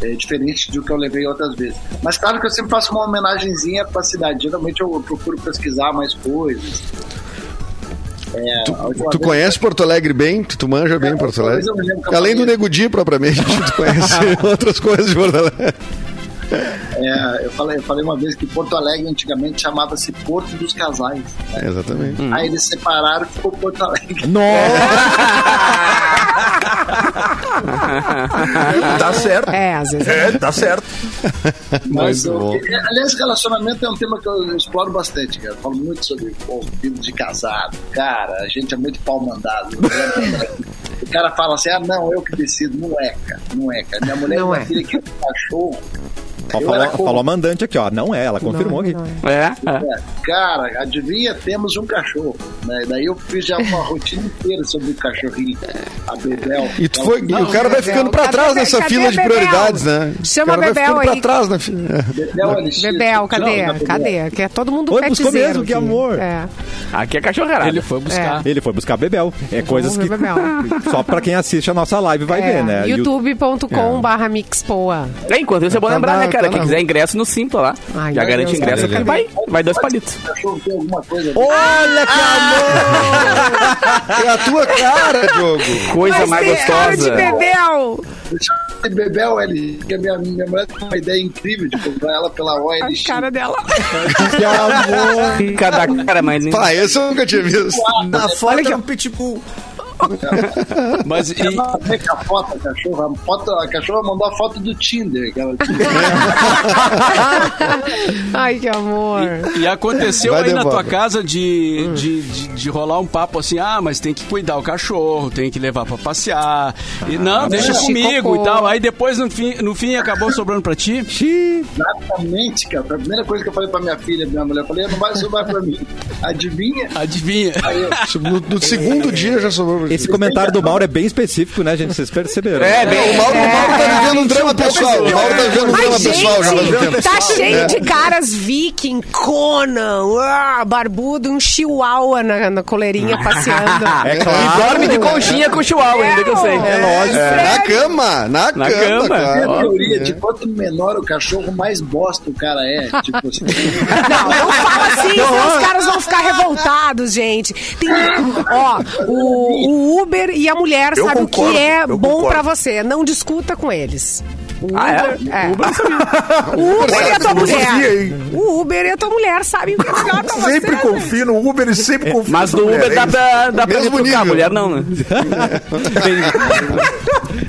S9: É diferente do que eu levei outras vezes. Mas claro que eu sempre faço uma homenagenzinha pra cidade. Geralmente eu procuro pesquisar mais coisas. É, a última
S5: Tu
S9: vez-
S5: conhece Porto Alegre bem? Tu tu manja bem
S9: Cara,
S5: Porto
S9: talvez
S5: Alegre?
S9: eu me lembre que eu
S5: Além do
S9: conheço.
S5: Nego Di, propriamente, tu conhece outras coisas de Porto Alegre.
S9: é, eu, falei, eu falei uma vez que Porto Alegre antigamente chamava-se Porto dos Casais.
S5: É, exatamente.
S9: Aí eles separaram e ficou Porto Alegre.
S6: Tá certo.
S2: É, às vezes.
S6: É, tá certo.
S9: Mas, eu-
S5: bom.
S9: é, aliás, relacionamento é um tema que eu exploro bastante, cara. Eu falo muito sobre pô, vida de casado. Cara, a gente é muito pau mandado. né? o cara fala assim: ah, não, eu que decido. Não é, cara. Não é, cara. Minha mulher
S2: Não
S9: minha
S2: é.
S9: filha que é um cachorro.
S1: Ó,
S9: Eu
S1: falou,
S9: era como-
S1: falou a mandante aqui, ó. Não é, ela confirmou
S2: Não,
S1: aqui.
S2: não é.
S3: É, é.
S9: É, cara, adivinha, temos um cachorro. né? Daí eu fiz já uma rotina inteira sobre o cachorrinho, a Bebel.
S5: E tu foi, e o cara vai
S2: Bebel.
S5: ficando pra
S2: Cadê
S5: trás
S2: Be-
S5: nessa
S2: cadê
S5: fila de
S2: Bebel?
S5: prioridades, né?
S2: Chama
S5: o cara vai
S2: Bebel
S5: ficando
S2: aí.
S5: pra trás na fila.
S9: Bebel, LX,
S2: Bebel, cadê?
S9: não, não,
S2: cadê? Que é todo mundo
S1: Oi, buscou
S2: petzeiro
S1: mesmo, que
S2: aqui.
S1: amor.
S2: É.
S3: Aqui é cachorrada.
S7: Ele foi buscar.
S1: Ele foi buscar Bebel. É coisas que
S2: ver Bebel.
S1: só pra quem assiste a nossa live
S2: é.
S1: vai ver, né?
S2: youtube.com barra mixpoa.
S3: É, enquanto isso é bom
S5: Tá
S3: lembrar,
S5: na-
S3: né, cara?
S5: tá
S3: Quem
S5: na-
S3: quiser ingresso no Simpla lá.
S2: Ai,
S3: Já
S2: meu
S3: garante
S2: Deus,
S3: ingresso,
S1: cara.
S3: vai, vai dois palitos.
S9: O cachorro tem alguma coisa.
S1: Olha que
S5: É a tua cara, Diogo.
S2: Mas
S3: Coisa é mais
S2: tem cara de
S3: gostosa.
S2: Bebel!
S9: Deixa eu ver Bebel, ele, que a minha, minha mulher tem uma ideia incrível de comprar ela pela OLX.
S2: A cara dela.
S1: amor!
S3: Fica da cara, mas nem-
S5: Pá, esse eu nunca tinha visto.
S9: Ah,
S4: Na foto é um pitbull.
S7: Mas e,
S9: Ela vê que a foto, a cachorra, a, foto, a cachorra mandou a foto do Tinder. que ela tinha.
S2: Ai, que amor.
S7: e aconteceu
S5: Vai
S7: aí na
S5: devolve.
S7: tua casa de, de, de, de rolar um papo assim, ah, mas tem que cuidar o cachorro, tem que levar pra passear. E, não, deixa
S2: Xixi,
S7: comigo
S2: cocô.
S7: e tal. Aí depois, no fim, no fim, acabou sobrando pra ti.
S9: Exatamente, cara. Foi a primeira coisa que eu falei pra minha filha, minha mulher, eu falei, não vai sobrar pra mim. Adivinha?
S7: Adivinha.
S9: Aí eu,
S5: No, no segundo dia já sobrou. pra ti.
S1: Esse comentário do Mauro é bem específico, né, gente? Vocês perceberam?
S3: É,
S5: É,
S3: bem.
S5: o Mauro, o Mauro tá vivendo um drama pessoal. O Mauro tá vivendo um drama
S2: Mas,
S5: pessoal já há muito
S2: gente,
S5: tempo. É.
S2: tá cheio de caras viking, Conan, uá, barbudo, um chihuahua na, na coleirinha passeando.
S1: É
S3: E
S1: claro.
S3: dorme de conchinha com chihuahua ainda que eu sei.
S2: É,
S1: lógico.
S5: É. Na cama, na,
S3: Na
S5: cama,
S3: cama.
S5: cara.
S9: É a
S3: Ó,
S9: teoria de quanto menor o cachorro, mais bosta o cara é. Tipo assim.
S2: Não, não fala assim, senão os caras vão ficar revoltados, gente. Tem, ó, o, o Uber e a mulher
S6: Eu
S2: sabe o
S6: concordo,
S2: que é
S6: eu
S2: bom
S6: concordo.
S2: pra você. Não discuta com eles. O Uber,
S3: Ah, é?
S2: é. O Uber e a tua
S6: Eu confia,
S2: mulher.
S6: hein?
S2: O Uber e a tua mulher sabem o que é
S3: Ah,
S2: melhor
S3: tá,
S2: pra você.
S6: Sempre confio no Uber e sempre confio
S3: Mas
S6: no
S3: do Uber
S6: é
S3: dá né?
S6: isso.
S3: pra, dá pra
S5: Mesmo
S3: retrucar, a
S5: nível.
S3: mulher não, né?
S1: Bem-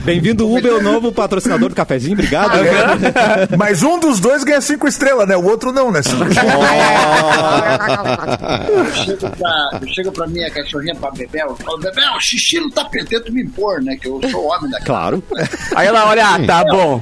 S1: Bem-vindo, Uber, o novo patrocinador do cafezinho. Obrigado.
S3: É
S6: Mas um dos dois ganha cinco estrelas, né? O outro não, né?
S3: É.
S9: Eu chego, pra, eu chego pra minha cachorrinha, pra Bebel, eu falo, Bebel, xixi não tá tentando me impor, né? Que eu sou homem da casa.
S1: Claro.
S3: Aí ela olha, ah, tá bom.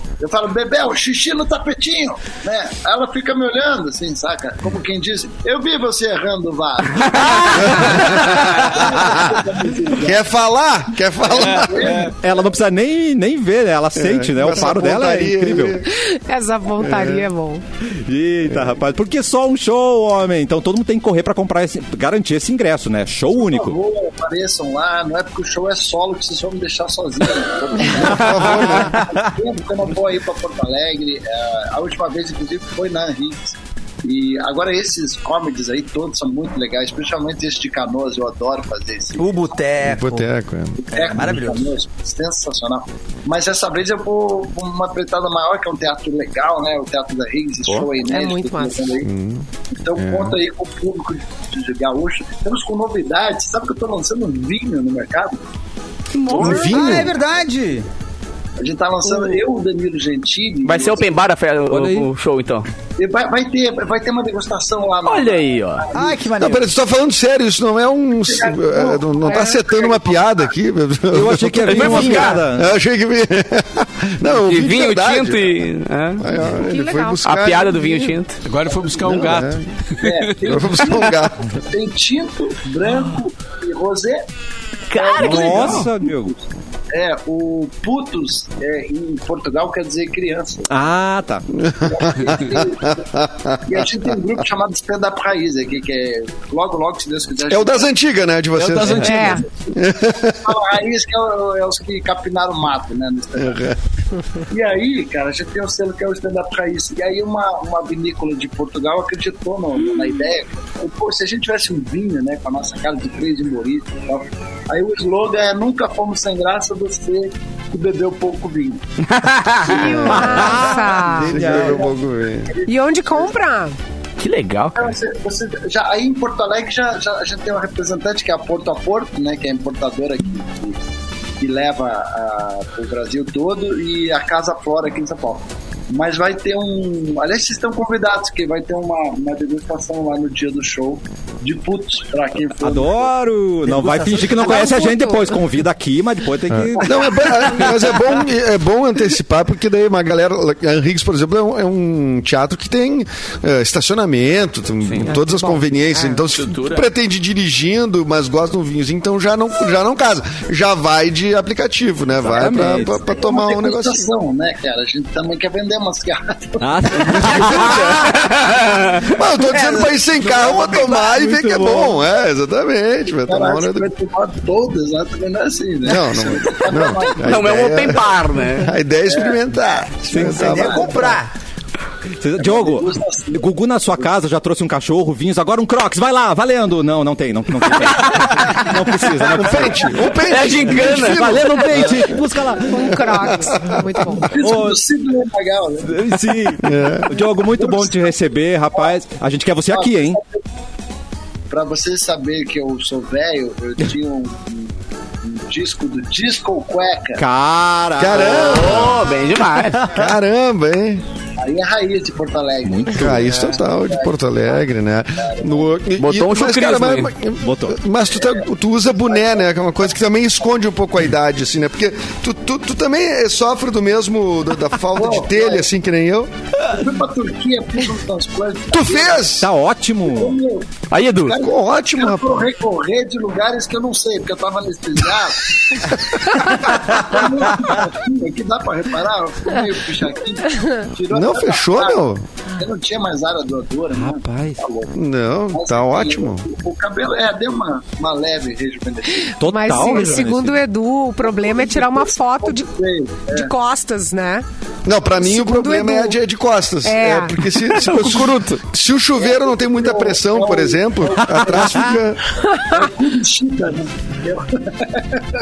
S9: Eu falo, Bebel, xixi no tapetinho, né? Ela fica me olhando, assim, saca? Como quem diz, eu vi você errando o vaso.
S5: Quer falar? Quer falar?
S1: Ela não precisa nem, nem ver, né? Ela sente, né? O
S5: Essa
S1: faro dela é
S5: pontaria,
S1: incrível.
S2: Essa pontaria é bom.
S1: Eita, rapaz. Porque só um show, homem. Então todo mundo tem que correr pra comprar esse, garantir esse ingresso, né? Show
S9: Por
S1: único.
S9: favor, apareçam lá, não é porque o show é solo que vocês vão me deixar sozinho. Então, Por favor, né? Eu não vou aí pra Porto Alegre. é, a última vez, inclusive, foi na Henriques. E agora esses comedies aí todos são muito legais, principalmente este de Canoas, eu adoro fazer esse.
S4: O Boteco.
S5: Boteco, é.
S9: É,
S4: maravilhoso.
S9: maravilhoso. Sensacional. Mas dessa vez eu vou pra uma apretada maior, que é um teatro legal, né? O Teatro da Riggs, esse show aí, né?
S8: muito massa.
S9: Então conta aí com o público de, de gaúcho. Estamos com novidades. Sabe que eu tô lançando um vinho no mercado?
S5: Um vinho?
S4: Ah, é verdade.
S9: A gente tá lançando eu, o Danilo Gentili.
S3: Vai ser
S9: o
S3: open bar a fe-
S7: Olha aí.
S3: o, o show, então.
S9: Vai, vai ter, vai ter uma degustação lá. no-
S3: Olha aí, ó.
S4: Ai, que
S5: Não,
S4: maneiro.
S5: peraí, tu tá falando sério, isso não é um. é, não, não tá setando uma piada aqui.
S1: Eu achei que havia uma piada.
S5: Eu achei que. Não,
S3: E
S5: vi de
S3: vinho
S5: verdade.
S3: tinto e. é.
S5: Aí, ó, ele foi
S8: legal.
S5: buscar-
S3: A piada do vinho tinto.
S7: Agora ele foi buscar um gato.
S9: É, tem,
S5: Agora foi buscar um gato.
S9: tem tinto, branco e rosé.
S3: Cara, que legal.
S1: Nossa, meu.
S9: É, o putos é, em Portugal quer dizer criança.
S1: Ah, tá.
S9: E a gente tem um grupo chamado Stand Up Raiz aqui, que é logo, logo, se Deus quiser.
S5: É o das antigas, né? De vocês.
S7: das antigas.
S8: É.
S9: Fala raiz, que é, o- é os que capinaram mato, né? no stand-up. e aí, cara, a gente tem um selo que é o stand-up raiz. E aí uma, uma vinícola de Portugal acreditou no- na ideia. E, Pô, se a gente tivesse um vinho, né, com a nossa cara de três de Maurício e tal. Aí o slogan é nunca fomos sem graça você que bebeu pouco vinho.
S8: Que massa.
S5: Ele bebeu um pouco, velho.
S2: E onde compra?
S3: Que legal,
S9: Então,
S3: cara.
S9: você, você já, aí em Porto Alegre já, já, a gente tem uma representante que é a Porto a Porto, né? Que é a importadora que, que, que leva para o Brasil todo e a Casa Flora aqui em São Paulo. Mas vai ter um. Aliás, vocês estão convidados, que vai ter uma, uma degustação lá no dia do show de putos para quem for.
S1: Adoro! Não vai fingir que não conhece a gente depois. Convida aqui, mas depois tem que.
S5: Não, é bom, mas é bom, é bom antecipar, porque daí uma galera. A Henriques, por exemplo, é um, é um teatro que tem eh, estacionamento, tem todas as conveniências. então, se
S7: Estrutura.
S5: pretende ir dirigindo, mas gosta de um vinhozinho, então já não, já não casa. Já vai de aplicativo, né? Vai pra,
S1: Exatamente.
S5: pra- pra
S9: É uma
S5: tomar um negócio.
S9: degustação, né, cara? A gente também quer vender umas garrafas.
S5: Ah, um
S1: Ah,
S5: Mas eu tô dizendo pra ir sem carro pra tomar e ver que é bom. É, exatamente. Vai tomar um
S9: Caralho, vai
S5: negócio.
S9: tomar todas, né? Também não é assim, né?
S5: Não, não. Não, A
S3: Não é um
S5: ideia-
S3: open bar, né?
S5: A ideia é experimentar. experimentar
S4: Entendeu?
S5: vai.
S4: comprar.
S1: Cê- Diogo, Gugu na sua casa já trouxe um cachorro, vinhos, agora um Crocs, vai lá, valendo! Não, não tem, não, não tem. Não precisa, não precisa.
S5: Pente, um pente.
S3: É a gincana.
S1: Valendo um pente! Busca lá!
S8: Um crocs. Muito bom.
S9: Isso é possível legal, né?
S1: Sim. É. Diogo, muito bom te receber, rapaz. A gente quer você aqui, hein?
S9: Pra você saber que eu sou velho, eu tinha um, um- um disco do Disco Cueca.
S1: Cara!
S5: Caramba,
S3: Ô, bem demais.
S5: caramba, hein?
S9: Aí é raiz de Porto Alegre.
S5: Raiz total de Porto Alegre, né? No, e-
S3: Botou um
S5: mas,
S3: chucrismo
S5: cara, mas,
S3: aí.
S5: mas-
S1: Botou.
S5: mas tu, tá- tu usa boné, né? Que é uma coisa que também esconde um pouco a idade, assim, né? Porque tu, tu, tu também eh, sofre do mesmo, da, da falta de telha, assim, que nem eu.
S9: Eu fui pra Turquia, fiz um transplante.
S5: Tu fez!
S1: Tá ótimo!
S9: Meu,
S3: Aí, Edu.
S5: Ficou ótimo,
S9: eu vou
S5: rapaz.
S9: recorrer de lugares que eu não sei, porque eu tava anestesiado. Tá muito baratinho, é que dá pra reparar, eu fui meio pichadinho. Tirou
S5: Não,
S9: até da
S5: fechou,
S9: cara.
S5: meu?
S9: Eu não tinha mais área doadora, né? Rapaz. Tá louco.
S5: Não,
S9: Mas,
S5: tá
S9: assim,
S5: ótimo.
S9: O, o cabelo, é, deu uma, uma leve rejuvenescência.
S1: Total,
S2: Mas se-
S1: rejuvenescido.
S2: segundo o Edu, o problema é tirar uma foto de,
S9: Sei, é.
S2: de costas, né?
S5: Não, pra mim o
S2: Segundo
S5: problema
S2: Edu.
S5: é a de, de costas.
S2: É.
S5: É, porque se, se, se, o chuveiro não tem muita pressão, por exemplo, atrás fica.
S9: Chita, né?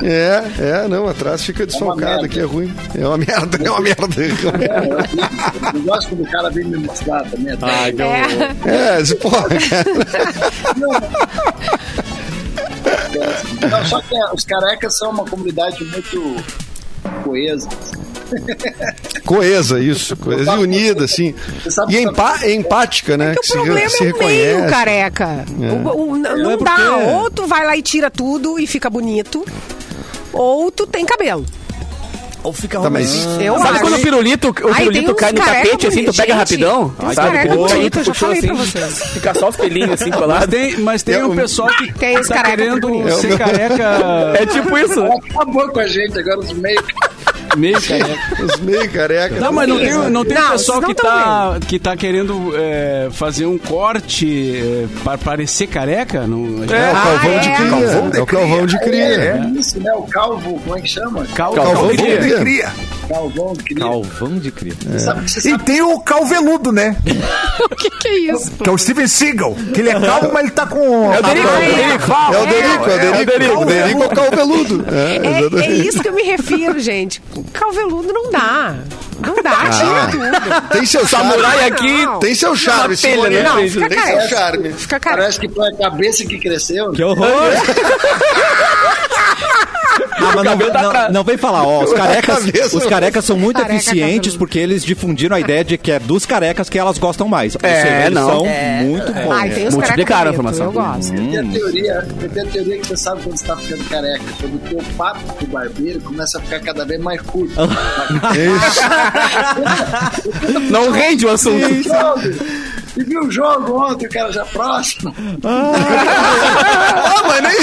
S5: É, é, não, atrás fica desfalcado
S9: merda.
S5: aqui, é ruim. É uma merda, é uma merda.
S9: É, Eu gosto quando o cara né? vem me mostrar também. Ai,
S8: É.
S5: É, se- porra, cara.
S9: Só que é, os carecas são uma comunidade muito coesa.
S5: Coesa, isso. Coesa e unida, assim.
S9: Você sabe
S5: E
S9: que-
S5: empa- empática, né?
S2: Porque
S5: se,
S2: o problema
S5: se
S2: é o meio,
S5: reconhece.
S2: careca. O- o- n- não
S1: é
S2: dá.
S1: porque-
S2: Ou tu vai lá e tira tudo e fica bonito, ou tu tem cabelo.
S4: Ou fica
S5: Tá, mas-
S9: Ah,
S4: romântico.
S2: Eu
S3: Sabe
S2: acho.
S3: quando o pirulito, o
S2: Ai, tem
S3: pirulito
S2: uns
S3: cai no
S2: careca
S3: tapete, assim, tu
S2: bonito.
S3: pega
S2: Gente,
S3: rapidão?
S2: tem uns
S3: Sabe? tipo,
S2: careca
S3: Pô,
S2: bonito,
S3: aí
S2: eu
S3: tu
S2: já
S3: puxou,
S2: falei pra
S3: assim,
S2: vocês.
S3: Fica só os pelinhos, assim,
S7: Mas
S3: colados.
S7: tem, mas tem um pessoal que
S2: Ah, Tem os
S7: tá
S2: careca
S7: querendo
S2: bonito.
S7: ser careca,
S3: É tipo isso.
S9: Acabou com a gente agora os meio.
S7: meio careca.
S5: é, Os meio careca. É
S7: Não, mas não tem, não tem
S2: Não, vocês
S7: pessoal
S2: não
S7: que
S2: tão
S7: tá, que tá querendo é, fazer um corte é, para parecer careca? Não, tá
S5: É o calvão de
S2: é.
S5: cria. É o calvão de cria.
S9: É isso, né? O calvo, como é que chama?
S7: Cal-
S3: Calvão
S5: Calvão de
S3: de
S5: cria.
S6: Cria.
S9: Calvão, queria.
S1: Calvão de Cria.
S9: Sabe que você
S6: E
S9: sabe
S6: tem o calveludo, né?
S8: O que, que é isso?
S6: Que é o Steven Seagal. Que ele é calvo, mas ele tá com. É o
S5: É o Derico, é o Derico. O Derico é o calveludo. É,
S2: É, é
S5: exatamente.
S2: isso que eu me refiro, gente. Calveludo não dá. Não dá, tira tudo.
S5: Tem seu
S3: Samurai
S5: charme.
S3: aqui.
S2: Não.
S5: Tem seu charme,
S3: telha,
S5: Simone.
S3: né? Não,
S2: fica
S5: Tem seu
S2: careca.
S5: charme.
S2: Fica cara.
S9: Parece que foi a cabeça que cresceu.
S1: Que é horror! Ah, mas não, vem- não- não vem falar, ó, os carecas,
S5: Cabeça.
S1: os carecas são muito
S8: Careca
S1: eficientes
S8: cabeludo.
S1: porque eles difundiram a ideia de que é dos carecas que elas gostam mais. Ou
S3: É,
S1: seja, eles
S3: não.
S1: são muito bons.
S2: Ai, tem os
S3: Multiplicaram a
S2: careca bonito,
S3: informação.
S2: Eu gosto.
S9: Eu tenho a teoria, eu tenho a teoria que você sabe quando você tá ficando careca, quando o teu papo do barbeiro começa a ficar cada vez mais curto.
S3: Não rende o assunto.
S9: e viu o jogo ontem, o cara já próximo.
S5: Ah, mas nem...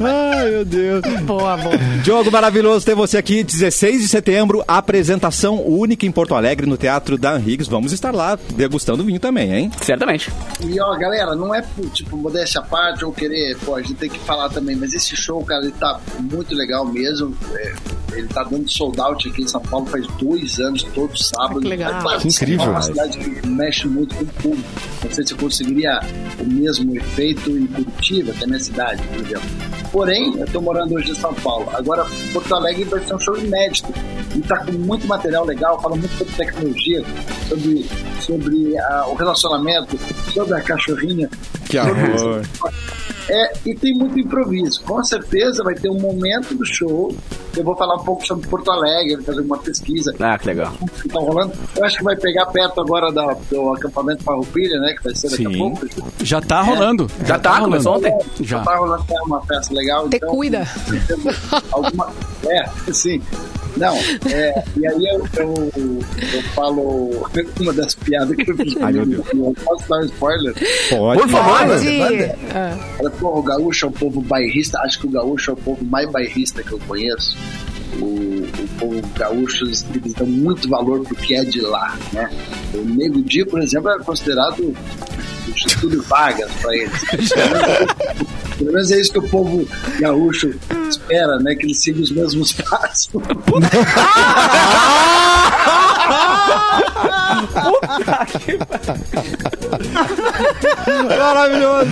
S1: Ai, meu Deus.
S8: Boa, boa.
S1: Diogo, maravilhoso ter você aqui. 16 de setembro, apresentação única em Porto Alegre, no Teatro da Henrigues. Vamos estar lá degustando vinho também, hein?
S3: Certamente.
S9: E ó, galera, não é por, tipo, modéstia à parte ou querer, pô, a gente tem que falar também, mas esse show, cara, ele tá muito legal mesmo. é, ele tá dando sold out aqui em São Paulo faz dois anos, todo sábado.
S8: Ah, que legal.
S9: Claro,
S5: Que
S9: São
S5: incrível.
S9: Paulo É uma cidade que mexe muito com o público. Não sei se eu conseguiria o mesmo efeito em Curitiba, que é a minha cidade, por exemplo. Porém, eu tô morando hoje em São Paulo. Agora, Porto Alegre vai ser um show inédito. E tá com muito material legal, fala muito sobre tecnologia, sobre, sobre ah, o relacionamento, sobre a cachorrinha.
S5: Que amor.
S9: É, e tem muito improviso. Com certeza vai ter um momento do show. Eu vou falar um pouco sobre Porto Alegre, vou fazer uma pesquisa
S3: Ah, que legal.
S9: que tá rolando. Eu acho que vai pegar perto agora da- do acampamento Farroupilha, né? Que vai ser daqui a
S7: Sim.
S9: pouco.
S7: Já tá rolando.
S3: Já tá, começou ontem.
S9: Já
S7: Já.
S9: tá rolando é uma festa legal.
S8: Te
S9: então-
S8: cuida.
S9: Alguma... É, sim. Não, é, e aí eu, eu, eu falo uma das piadas que eu fiz. Ai, meu Deus. Eu posso dar um spoiler?
S1: Pode.
S3: Por favor.
S9: Ela, pô, o gaúcho é um povo bairrista. Acho que o gaúcho é o povo mais bairrista que eu conheço. O, o povo gaúcho, eles, eles dão muito valor pro que é de lá, né? O Nego Di, por exemplo, era considerado o Getúlio Vargas pra eles. Pelo menos é isso que o povo gaúcho espera, né? Que eles sigam os mesmos passos.
S1: Maravilhoso.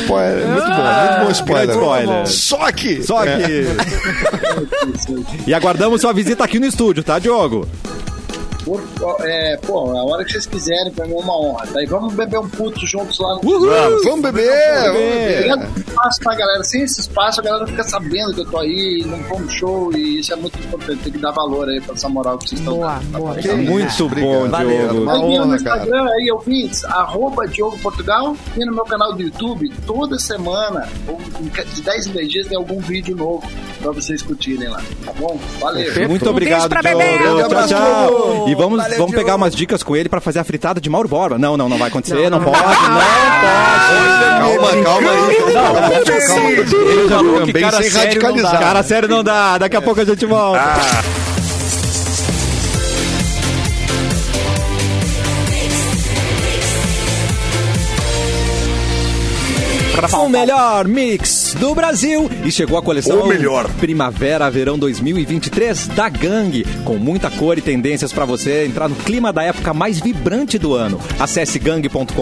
S5: Spoiler. é Muito bom, muito bom spoiler.
S1: Grande spoiler.
S5: Só que...
S1: Só que. E aguardamos sua visita aqui no estúdio, tá, Diogo?
S9: Por- é, pô, a hora que vocês quiserem, pra mim é uma honra, tá? E vamos beber um puto juntos lá
S1: Uh!
S9: no
S5: Vamos, vamos beber, vamos beber.
S9: Obrigado pelo espaço pra galera. Sem esse espaço, a galera fica sabendo que eu tô aí, não vou no show, e isso é muito importante. Tem que dar valor aí pra essa moral que vocês estão
S2: Boa,
S9: dando.
S2: boa.
S5: Que isso,
S1: Muito bom,
S5: obrigado.
S1: Diogo.
S5: Uma
S9: Seguindo no
S5: honra, cara.
S9: Instagram aí, ouvintes, arroba Diogo Portugal e no meu canal do YouTube, toda semana, ou em ca- de 10 em 10 dias, tem algum vídeo novo pra vocês curtirem lá, tá bom? Valeu!
S2: Um
S1: Muito
S2: beijo
S1: obrigado,
S2: pra
S1: Diogo.
S2: Bebel.
S1: Tchau,
S5: Grande abraço,
S1: tchau.
S4: Diogo.
S1: E vamos,
S4: Valeu,
S1: vamos pegar
S4: Diogo.
S1: umas dicas com ele pra fazer a fritada de Mauro Borba. Não, não, não vai acontecer. Não, pode, não
S5: Ah, Calma, calma aí.
S1: pode.
S7: Falou que
S5: Também
S7: cara
S5: sem
S7: sério não
S5: radicalizar.
S7: dá. Ah.
S1: Cara, sério, não dá. Daqui a pouco a gente volta. O melhor mix do Brasil. E chegou a coleção
S6: O melhor.
S1: Primavera Verão 2023 da Gang, com muita cor e tendências para você entrar no clima da época mais vibrante do ano. Acesse gang.com.br,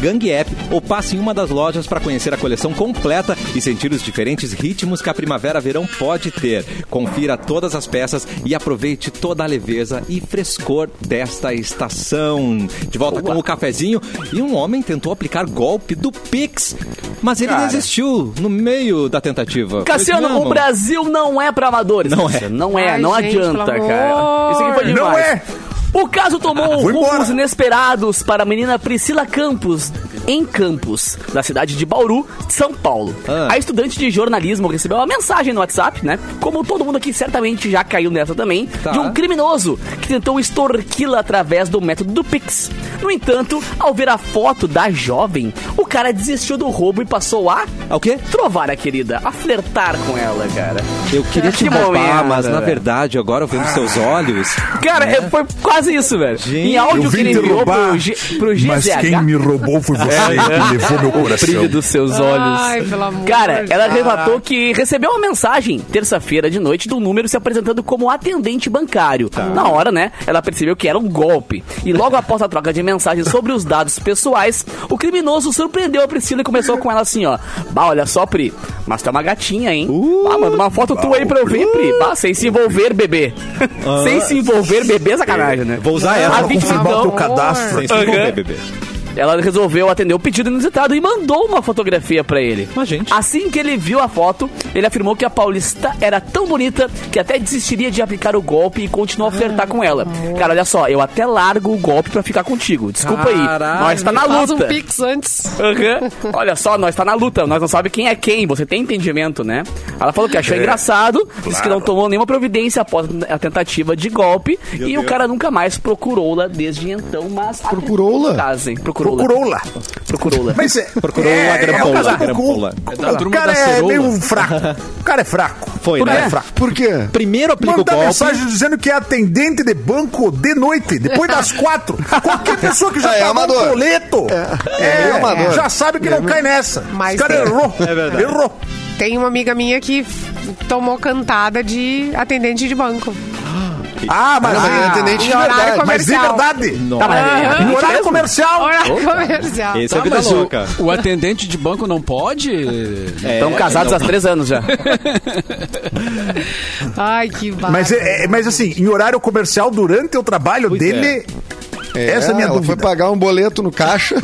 S1: Gang App ou passe em uma das lojas para conhecer a coleção completa e sentir os diferentes ritmos que a Primavera Verão pode ter. Confira todas as peças e aproveite toda a leveza e frescor desta estação. De volta com o cafezinho e um homem tentou aplicar golpe do Pix, mas ele desistiu no meio da tentativa. Pois
S3: Cassiano,
S1: não.
S3: o Brasil não é pra amadores.
S1: Não é.
S3: Cassiano. Não é,
S8: Ai,
S3: não
S8: gente,
S3: adianta,
S8: pelo
S3: cara.
S8: amor.
S3: Isso aqui foi demais.
S6: Não é.
S3: O caso tomou
S6: Vou embora.
S3: rumos inesperados para a menina Priscila Campos, em Campos, da cidade de Bauru, São Paulo.
S1: Ah.
S3: A estudante de jornalismo recebeu uma mensagem no WhatsApp, né? Como todo mundo aqui certamente já caiu nessa também,
S1: Tá.
S3: de um criminoso que tentou extorquí-la através do método do Pix. No entanto, ao ver a foto da jovem, o cara desistiu do roubo e passou a
S1: Ah, O quê?
S3: trovar a querida, a flertar com ela, cara.
S1: Eu queria te
S3: Que
S1: roubar,
S3: momento,
S1: mas na
S3: velho.
S1: verdade, agora vendo seus olhos.
S3: Cara, é, foi quase isso, velho.
S1: Gente,
S3: em áudio que ele enviou pro, G, pro GZH.
S6: mas quem me roubou foi você. Sempre levou meu
S3: O
S6: coração.
S3: brilho dos seus olhos.
S8: Ai, pelo amor
S3: Cara,
S8: de
S3: ela
S8: Deus.
S3: relatou que recebeu uma mensagem terça-feira de noite de um número se apresentando como atendente bancário. Na hora, né, ela percebeu que era um golpe. E logo após a troca de mensagens sobre os dados pessoais, o criminoso surpreendeu a Priscila e começou com ela assim, ó. Bah, olha só, Pri, mas tá uma gatinha, hein? ah, manda uma foto tua aí pra eu ver, Pri. Bah, sem se envolver, bebê. sem se envolver, bebê, é sacanagem, né?
S1: Vou usar essa
S3: A
S1: pra
S3: vítima,
S6: confirmar Ah, o
S3: então,
S6: teu cadastro.
S1: Sem
S6: Uhum.
S1: se envolver, bebê.
S3: ela resolveu atender o pedido inusitado e mandou uma fotografia pra ele.
S1: Mas, gente.
S3: Assim que ele viu a foto, ele afirmou que a paulista era tão bonita que até desistiria de aplicar o golpe e continuou a flertar com ela. Cara, olha só, eu até largo o golpe pra ficar contigo. Desculpa aí.
S1: Caralho.
S3: Nós tá na
S8: Faz um
S3: luta.
S8: pix antes.
S3: Aham. Olha só, nós tá na luta, nós não sabe quem é quem, você tem entendimento, né? Ela falou que achou
S1: É.
S3: engraçado, disse que não tomou nenhuma providência após a tentativa de golpe e o cara nunca mais procurou-la desde então, mas...
S5: Procurou-la?
S3: Casem, Procurou-la.
S6: Procurou-la.
S3: Procurou-la.
S6: Mas é,
S1: Procurou
S6: é,
S1: a grampola,
S6: é o casaco.
S1: grampola.
S6: O-
S7: da
S6: O
S7: turma
S6: cara
S7: da
S6: é
S7: ceroula.
S6: meio fraco. O cara é fraco.
S1: Foi,
S6: o cara
S1: né?
S6: é fraco.
S5: Por quê?
S1: Primeiro aplica o
S6: Manda
S1: golpe.
S6: mensagem dizendo que é atendente de banco de noite, depois das quatro. Qualquer pessoa que já
S5: É,
S6: pagou
S5: amador.
S6: um boleto
S5: É amador.
S6: já sabe que não cai nessa.
S2: Mas
S6: o cara
S2: tem-
S6: errou.
S1: É verdade.
S6: Errou.
S2: Tem uma amiga minha que f- tomou cantada de atendente de banco.
S6: Ah, mas,
S5: Mas é atendente de
S2: em horário
S5: verdade.
S6: mas de
S2: comercial.
S6: verdade.
S1: Nossa,
S6: No é, horário
S3: mesmo?
S6: comercial.
S8: Horário comercial.
S1: esse é
S7: Tá,
S1: o Vida
S7: mas
S1: Louca. É,
S7: o, o atendente de banco não pode?
S3: Estão casados há três anos já.
S8: Ai, que barra.
S6: Mas, é, é- mas assim, em horário comercial, durante o trabalho dele. Essa é a minha
S5: ela
S6: dúvida.
S5: foi pagar um boleto no caixa.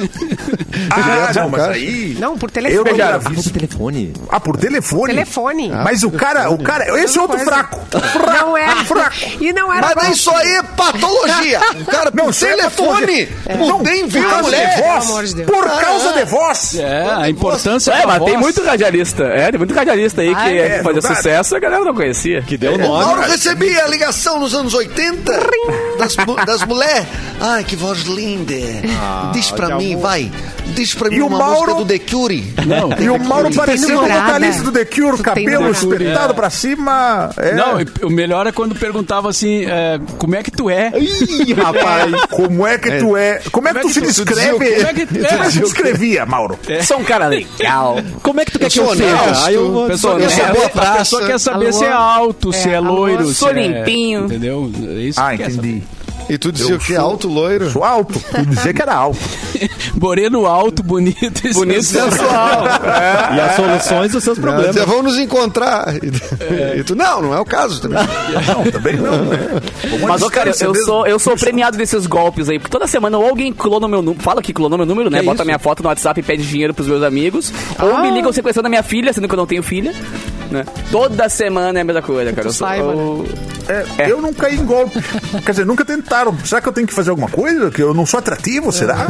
S6: Ah,
S5: Direto
S6: não,
S5: no
S6: mas
S5: cara.
S6: aí.
S2: Não, é por
S6: Eu
S2: telefone.
S6: não
S1: Cara,
S6: gravei.
S1: o telefone.
S6: Ah, por telefone?
S2: Telefone.
S6: Mas o cara, o cara. Esse é outro
S2: coisa.
S6: fraco.
S2: Não é.
S6: Ah, Fraco.
S2: E não era.
S5: Mas isso aí é patologia. O cara,
S6: Não,
S5: por
S6: isso é
S5: telefone,
S6: Não, É.
S5: por nem viu
S6: por
S5: a
S6: causa de
S5: mulher.
S6: voz.
S2: Pelo amor de Deus.
S6: Por causa de voz.
S7: É, a importância
S3: É,
S7: da
S3: mas
S7: voz.
S3: tem muito radialista. É, tem muito radialista aí que
S6: é,
S3: fazia
S6: verdade.
S3: sucesso e a galera não conhecia.
S1: Que deu
S5: Mauro
S1: nome.
S5: recebia a ligação nos anos 80 das, mu- das mulheres. Ai, que voz linda. Diz pra mim, vai. Diz pra mim
S6: o
S5: uma
S6: Mauro-
S5: música do The Cure.
S7: Não.
S6: E o Mauro parecendo o
S2: namorada.
S6: vocalista do The Cure,
S2: Tu tem
S6: cabelo
S2: namorada.
S6: espetado pra cima. É.
S7: Não, e o melhor é quando perguntava assim, é, como é que tu é?
S1: Ih, rapaz.
S6: Como é que tu é. Como é que tu se descreve?
S7: Como é que tu é?
S6: Como é que tu descrevia, Mauro?
S3: Sou um cara legal.
S1: Como é que tu quer que eu
S5: sou honesto.
S1: seja? Aí eu vou...
S7: Pessoa,
S5: Eu sou
S7: né?
S5: boa
S7: a
S5: praça.
S7: pessoa quer saber
S2: Alô?
S7: se é alto, se
S2: É,
S7: é
S2: alô,
S7: loiro, se
S3: sou
S7: é...
S3: limpinho.
S7: Entendeu? É isso
S6: Ah,
S7: que quer
S6: entendi.
S5: E tu dizia
S6: Eu
S5: que é
S6: sou-
S5: alto, loiro.
S6: Sou alto. Tu dizia que era alto.
S7: saber. Moreno alto, bonito. isso
S3: Bonito,
S7: mesmo.
S3: sensual.
S1: E as soluções dos seus
S5: Ela
S1: problemas.
S5: dizia, vamos nos encontrar. E, tu, não, não é o caso também.
S6: Não, também não, né?
S3: Mas, ô, cara, eu, eu sou, eu sou premiado desses golpes aí. Porque toda semana ou alguém clona o meu número. Fala que clonou meu número, né? Bota minha foto no WhatsApp e pede dinheiro pros meus amigos. Ou me ligam sequestrando a minha filha, sendo que eu não tenho filha. Né? Toda semana é a mesma coisa, cara. Eu sou-
S8: saiba,
S3: eu-
S6: É, Eu não caí em golpe. Quer dizer, nunca tentaram. Será que eu tenho que fazer alguma coisa? Que eu não sou atrativo, será?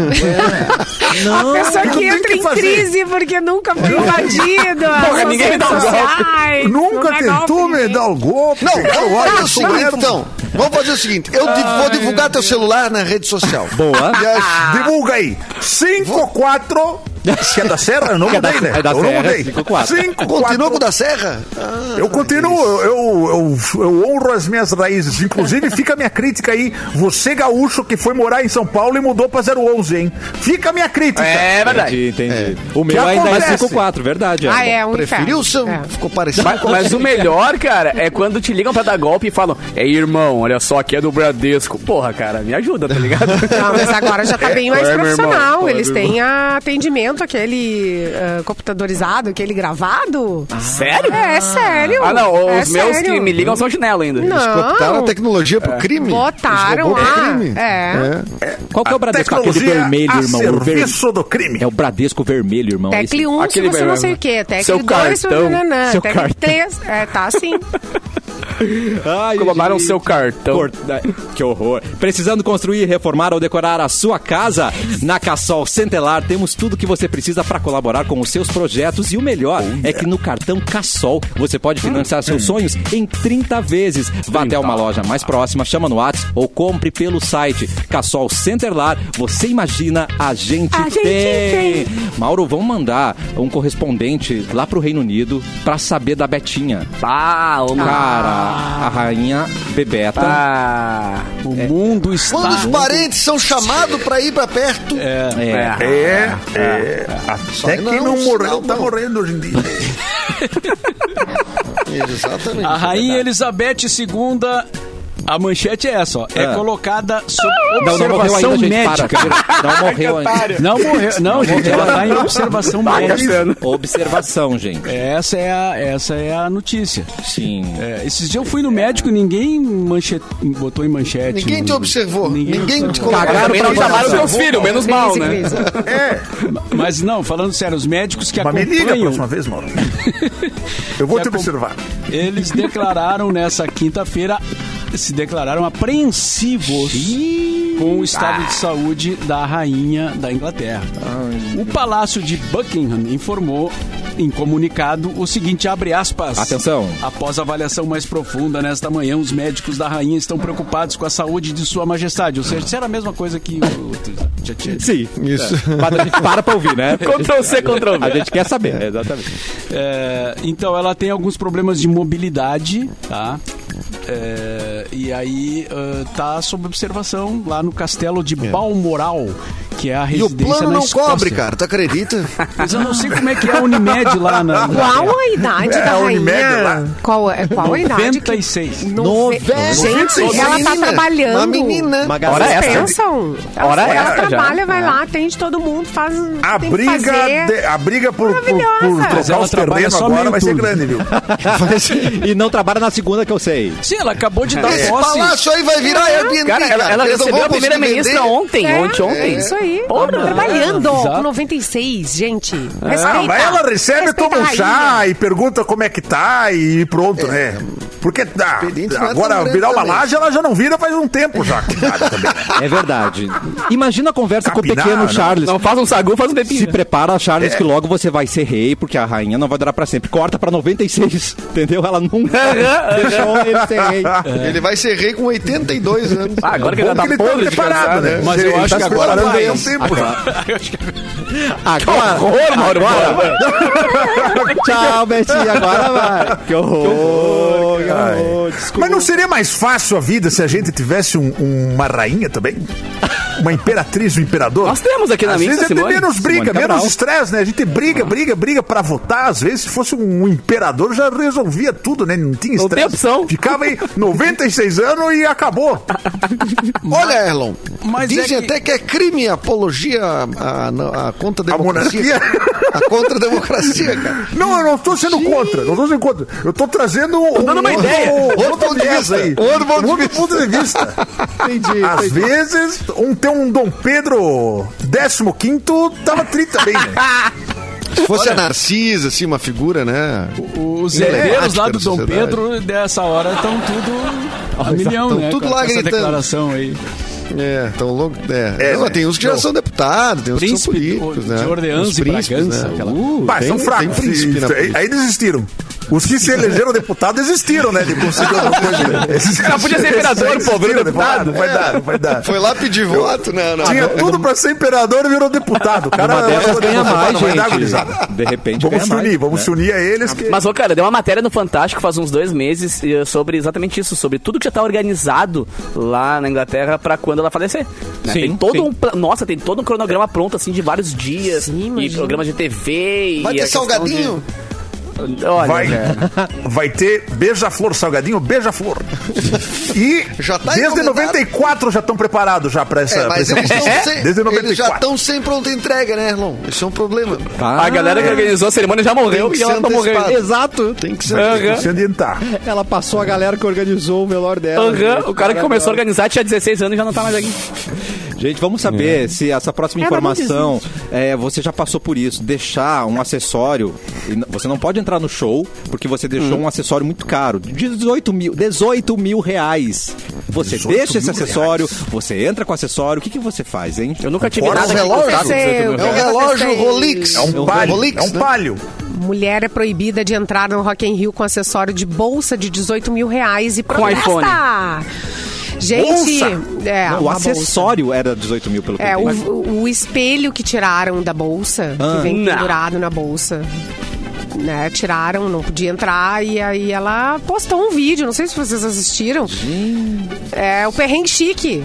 S2: A pessoa que
S6: o que eu tenho
S2: entra
S6: que
S2: em
S6: fazer?
S2: crise porque nunca foi invadido. as
S3: ninguém me dá um
S2: redes
S3: golpe.
S2: sociais,
S6: nunca
S2: não é
S6: tentou
S2: golpe
S6: me
S2: ninguém.
S6: dar um o golpe.
S5: Não,
S6: Eu
S5: vamos fazer
S6: olho,
S5: o
S6: sou
S5: seguinte,
S6: erro.
S5: então. Vamos fazer o seguinte. Eu di- vou divulgar teu celular na rede social.
S1: Boa.
S5: E aí,
S6: Divulga aí. 5, 4... Se é da Serra, eu não
S1: é da-
S6: mudei, né?
S1: é da
S6: eu
S1: Serra,
S6: não mudei.
S1: cinco, quatro.
S6: 5,
S5: Continua com o
S6: 4...
S5: da Serra? Ah,
S6: Eu continuo, eu, eu, eu- eu honro as minhas raízes. Inclusive, fica a minha crítica aí. Você, gaúcho, que foi morar em São Paulo e mudou pra 011, hein? Fica a minha crítica.
S3: É verdade.
S1: Entendi, entendi. O meu
S6: Que
S1: ainda é
S6: acontece?
S1: 5-4, verdade.
S2: Ah, é, um inferno.
S5: Preferiu o seu.
S2: É.
S5: Ficou parecido
S3: Mas,
S5: com
S3: mas o melhor, cara, é quando te ligam pra dar golpe e falam: Ei, irmão, olha só, aqui é do Bradesco. Porra, cara, me ajuda, tá ligado?
S2: Não, mas agora já tá bem mais
S3: Qual é, meu irmão?
S2: profissional.
S3: Qual é,
S2: Eles
S3: meu
S2: têm a- atendimento, aquele ah, computadorizado, aquele gravado.
S3: Ah. Sério?
S2: É, é sério.
S3: Ah, não,
S2: É
S3: os meus
S2: sério.
S3: que me ligam são chinelo ainda.
S5: Botaram a
S2: Não.
S5: é
S2: É.
S5: tecnologia pro crime.
S2: Botaram
S5: Os robôs pro
S2: lá.
S5: crime.
S2: É.
S1: Qual que é o Bradesco? Aquele
S6: Tecnologia
S1: vermelho,
S6: a
S1: irmão. O ver-
S6: serviço do crime.
S1: É o Bradesco vermelho, irmão. É
S2: Tecle 1 se
S3: aquele
S2: você não
S3: mesmo.
S2: sei o quê. Tecle
S3: Seu
S2: 2 se
S3: cartão.
S2: você
S1: Seu
S2: Tecle
S1: cartão.
S2: 3. É, tá assim.
S1: Ai,
S3: Clonaram
S1: gente.
S3: seu cartão.
S1: Corta- né? Que horror. Precisando construir, reformar ou decorar a sua casa? Na Cassol Centelar temos tudo que você precisa para colaborar com os seus projetos e o melhor é que no cartão Cassol você pode financiar seus sonhos em 30 vezes. Vá até uma loja mais próxima, chama no Whats ou compre pelo site Cassol Centelar. Você imagina, a gente,
S2: A gente
S1: tem. Mauro, vamos mandar um correspondente lá pro Reino Unido para saber da Betinha.
S3: Ah, ô, meu.
S1: Cara, a rainha Bebeta.
S3: Ah,
S7: O mundo está.
S5: Quando os parentes são chamados pra ir pra perto.
S7: É.
S3: é.
S6: É, é. Até
S5: Não,
S6: quem não
S5: sinal
S6: morreu tá
S5: não.
S6: morrendo hoje em dia.
S5: Exatamente.
S7: A rainha Elizabeth II. A manchete é essa, ó. É,
S1: Ah.
S7: colocada sob
S1: Não, não morreu
S7: observação
S1: ainda, gente.
S7: médica.
S1: Para. Não morreu ainda.
S7: Não morreu. Não, gente, ela tá em observação médica.
S1: Observação, gente.
S7: Essa é a, essa é a notícia.
S1: Sim.
S7: É, esses dias eu fui no médico e ninguém manche- botou em manchete.
S5: Ninguém te
S7: No-
S5: observou.
S7: Ninguém
S5: Ninguém, te colocou.
S3: Mas também não chamaram
S5: Observou.
S3: seus filhos, menos mal, né?
S8: Crise, crise.
S6: É,
S7: Mas não, falando sério, os médicos que
S6: mas me liga a
S7: acompanham,
S6: próxima vez, Mauro. Eu vou te
S7: acom-
S6: observar.
S7: eles declararam nessa quinta-feira, se declararam apreensivos com o estado de saúde da rainha da Inglaterra. O Palácio de Buckingham informou em comunicado o seguinte, abre aspas.
S1: Atenção.
S7: Após avaliação mais profunda nesta manhã, os médicos da rainha estão preocupados com a saúde de sua majestade. Ou seja, será a mesma coisa que o... Já tinha
S1: Sim.
S5: Isso.
S1: É. Mas a gente para pra ouvir, né?
S3: Ctrl C, Ctrl
S1: A
S3: V.
S1: gente quer saber. exatamente.
S7: É, então ela tem alguns problemas de mobilidade, tá? É, e aí ah, tá sob observação lá no castelo de Balmoral, que é a
S5: É. E o
S7: residência
S5: plano
S7: na
S5: não
S7: Escócia.
S5: cobre, cara. Tu acredita?
S7: Mas eu não sei como é que é a Unimed lá
S3: Ah,
S7: na. na
S2: Qual a idade
S6: É,
S2: da
S6: a Unimed
S2: rainha?
S6: lá.
S2: Qual, é- qual a idade? que-
S7: 96.
S2: Nove- Gente, ela tá
S5: Menina,
S2: trabalhando.
S5: Uma menina.
S1: Uma
S3: Hora
S1: galera.
S3: essa.
S2: Pensam. Ela,
S3: Hora
S2: ela
S3: essa já. É.
S2: trabalha, vai lá, atende todo mundo, faz.
S6: A
S2: tem que
S6: briga,
S2: fazer.
S6: de- a briga por, por,
S2: Maravilhosa.
S6: por
S7: Mas
S6: trocar
S7: ela
S6: os
S7: trabalha
S6: terrenos
S7: só
S6: agora
S7: meio
S6: vai ser
S7: turno.
S6: grande, viu?
S1: E não trabalha na segunda que eu sei.
S7: Sim, ela acabou de dar
S5: Esse
S7: posse.
S5: palácio aí vai virar
S2: Uhum.
S5: Airbnb,
S3: Cara, ela, ela
S5: Eles não
S3: recebeu
S5: vão
S3: a primeira-ministra
S5: conseguir
S3: ontem,
S2: É,
S3: ontem, ontem.
S2: É isso aí.
S3: Porra.
S2: Tá trabalhando
S7: Exato.
S2: com 96, gente. Respeita.
S6: Não, Ah, mas ela recebe,
S2: Respeita
S6: toma um
S2: a
S6: chá
S2: rainha.
S6: e pergunta como é que tá e pronto, né? Porque ah,
S5: É. expediente não é tão
S6: agora
S5: grande
S6: virar uma
S5: também.
S6: laje ela já não vira faz um tempo já. coitada também. né?
S1: É verdade. Imagina a conversa com o
S6: Capinar,
S1: pequeno
S6: não.
S1: Charles.
S3: Não faz um sagu, faz um É.
S1: Se
S3: pepinho.
S1: prepara, Charles, que logo você vai ser rei, porque a rainha não vai durar pra sempre. Corta pra 96, entendeu? Ela nunca deixou ele ser rei.
S5: vender. É. Ele vai ser rei com 82 anos.
S3: Ah, agora que ela
S6: Bom
S3: tá
S6: que ele tá
S3: podre de
S6: preparado,
S3: cansado, né?
S6: né?
S7: Mas
S6: Ele
S7: eu acho
S6: tá
S7: que
S6: se
S7: agora
S6: preparando aí há um
S7: vai.
S6: tempo.
S1: Agora,
S3: Horror, Mauro, bora.
S1: tchau, Betinho, agora vai. Que horror, que horror.
S6: Ah, é. Mas não seria mais fácil a vida se a gente tivesse um- uma rainha também? Uma imperatriz, um imperador?
S3: Nós temos aqui na
S6: Às
S3: mesa,
S6: vezes até
S3: Simone.
S6: menos briga,
S1: Simone Cabral.
S6: menos estresse, né? A gente briga, briga, briga pra votar. Às vezes, se fosse um imperador, já resolvia tudo, né? Não tinha
S3: Não tem
S6: estresse.
S3: opção.
S6: Ficava aí 96 anos e acabou.
S5: Olha, Erlon.
S7: Mas
S5: dizem
S7: é que-
S5: até que é crime e apologia à, à, na- à contra
S6: A monarquia.
S5: democracia. A contra democracia, cara.
S6: Não, eu não tô sendo contra. Não tô sendo contra. Eu tô trazendo um,
S3: dando uma
S6: um
S3: ideia.
S6: outro,
S5: Outro
S6: outro
S5: ponto de
S6: viés
S5: vista.
S6: aí. Um
S5: Outro ponto de
S6: Outro
S5: vista.
S6: ponto de vista.
S5: Entendi.
S6: Às vezes, um ter um Dom Pedro 15 tava 30 bem, né?
S5: Se fosse a Narcisa, assim, uma figura, né?
S7: Os
S5: Emblemática
S7: herdeiros lá do
S5: da
S7: Dom
S5: sociedade.
S7: Pedro, dessa hora, estão tudo a milhão,
S5: tão
S7: né?
S5: tudo
S7: com
S5: lá
S7: essa
S5: gritando.
S7: declaração aí.
S5: É, tão longo. É.
S6: É,
S5: Não,
S6: né?
S5: tem uns que já
S6: Não.
S5: são deputados, tem uns que são
S7: Príncipe do-
S5: políticos,
S7: de
S5: né?
S7: Orleans
S5: Os
S7: e
S5: príncipes,
S7: Bragança,
S1: né?
S7: aquela-
S5: Uh,
S6: Pá,
S5: tem-
S6: são
S5: Tem
S6: fracos.
S5: príncipe na
S6: Isso, aí,
S5: política.
S6: aí desistiram. Os que se elegeram deputado desistiram, né? De conseguir alguma coisa. Esses
S3: cara podia ser imperador,
S6: desistiram,
S3: pô, virou
S6: né? Falaram,
S3: deputado.
S6: "Ah, Vai dar, vai dar.
S5: Foi lá pedir voto, né? Não,
S6: Tinha tudo pra ser imperador e virou deputado. O cara
S1: Uma dessas
S6: largou de
S1: ganha
S6: votar,
S1: mais,
S6: não vai dar, gurizada.
S1: gente. De repente
S6: Vamos
S1: ganha
S6: se unir,
S1: mais.
S6: vamos se unir a eles que.
S3: Mas, ô, cara, deu uma matéria no Fantástico faz uns dois meses eh, sobre exatamente isso, sobre tudo que já tá organizado lá na Inglaterra pra quando ela falecer. né?
S1: Sim,
S3: tem todo
S1: sim.
S3: um. pla- Nossa, tem todo um cronograma pronto, assim, de vários dias. e programas de TV.
S5: Vai
S3: e a
S5: ter
S3: questão
S5: salgadinho?
S3: de- Olha, né?
S6: Vai,
S3: velho.
S6: vai ter beija-flor, salgadinho, beija-flor. E
S5: Já tá
S6: desde
S5: encomendado.
S6: 94 já estão preparados já pra essa.
S5: É,
S6: pra
S5: mas
S6: esse
S5: eles, tão
S6: momento.
S5: sem,
S6: desde
S5: eles já
S6: 94.
S5: estão sem pronta entrega, né, Erlon? Isso é um problema.
S3: A galera que organizou a cerimônia já morreu
S5: que
S3: e ela
S5: ser
S3: tá morrendo.
S5: antecipado.
S1: Exato.
S5: Tem que ser.
S3: Aham.
S6: Se adiantar.
S1: Ela passou a galera que organizou o melhor dela. né?
S3: Aham,
S1: gente.
S3: o cara que começou a organizar tinha 16 anos e já não tá mais aqui.
S1: Gente, vamos saber se essa próxima
S2: Ela não
S1: informação é, você já passou por isso. Deixar um acessório. e n- Você não pode entrar no show porque você deixou um acessório muito caro. 18 mil, 18 mil reais. Você
S6: 18
S1: deixa esse
S6: mil
S1: acessório, você entra com o acessório. O que, que você faz, hein? Um
S3: Eu nunca tive
S5: Fora
S3: nada
S5: o
S3: que
S5: É um relógio.
S3: custasse 18 mil
S5: É um
S3: reais.
S5: relógio Rolex.
S6: É um palio. É
S5: Rolex,
S6: um
S5: né?
S6: palio.
S2: Mulher é proibida de entrar no Rock in Rio com acessório de bolsa de 18 mil reais e protesta. Gente, é,
S1: Não, o
S2: uma bolsa.
S1: acessório era 18 mil, pelo que
S2: É,
S1: eu entendi.
S2: o, o espelho que tiraram da bolsa,
S1: Ah.
S2: que vem
S3: Não.
S2: pendurado na bolsa. né, tiraram, não podia entrar, e aí ela postou um vídeo, não sei se vocês assistiram. É o perrengue chique.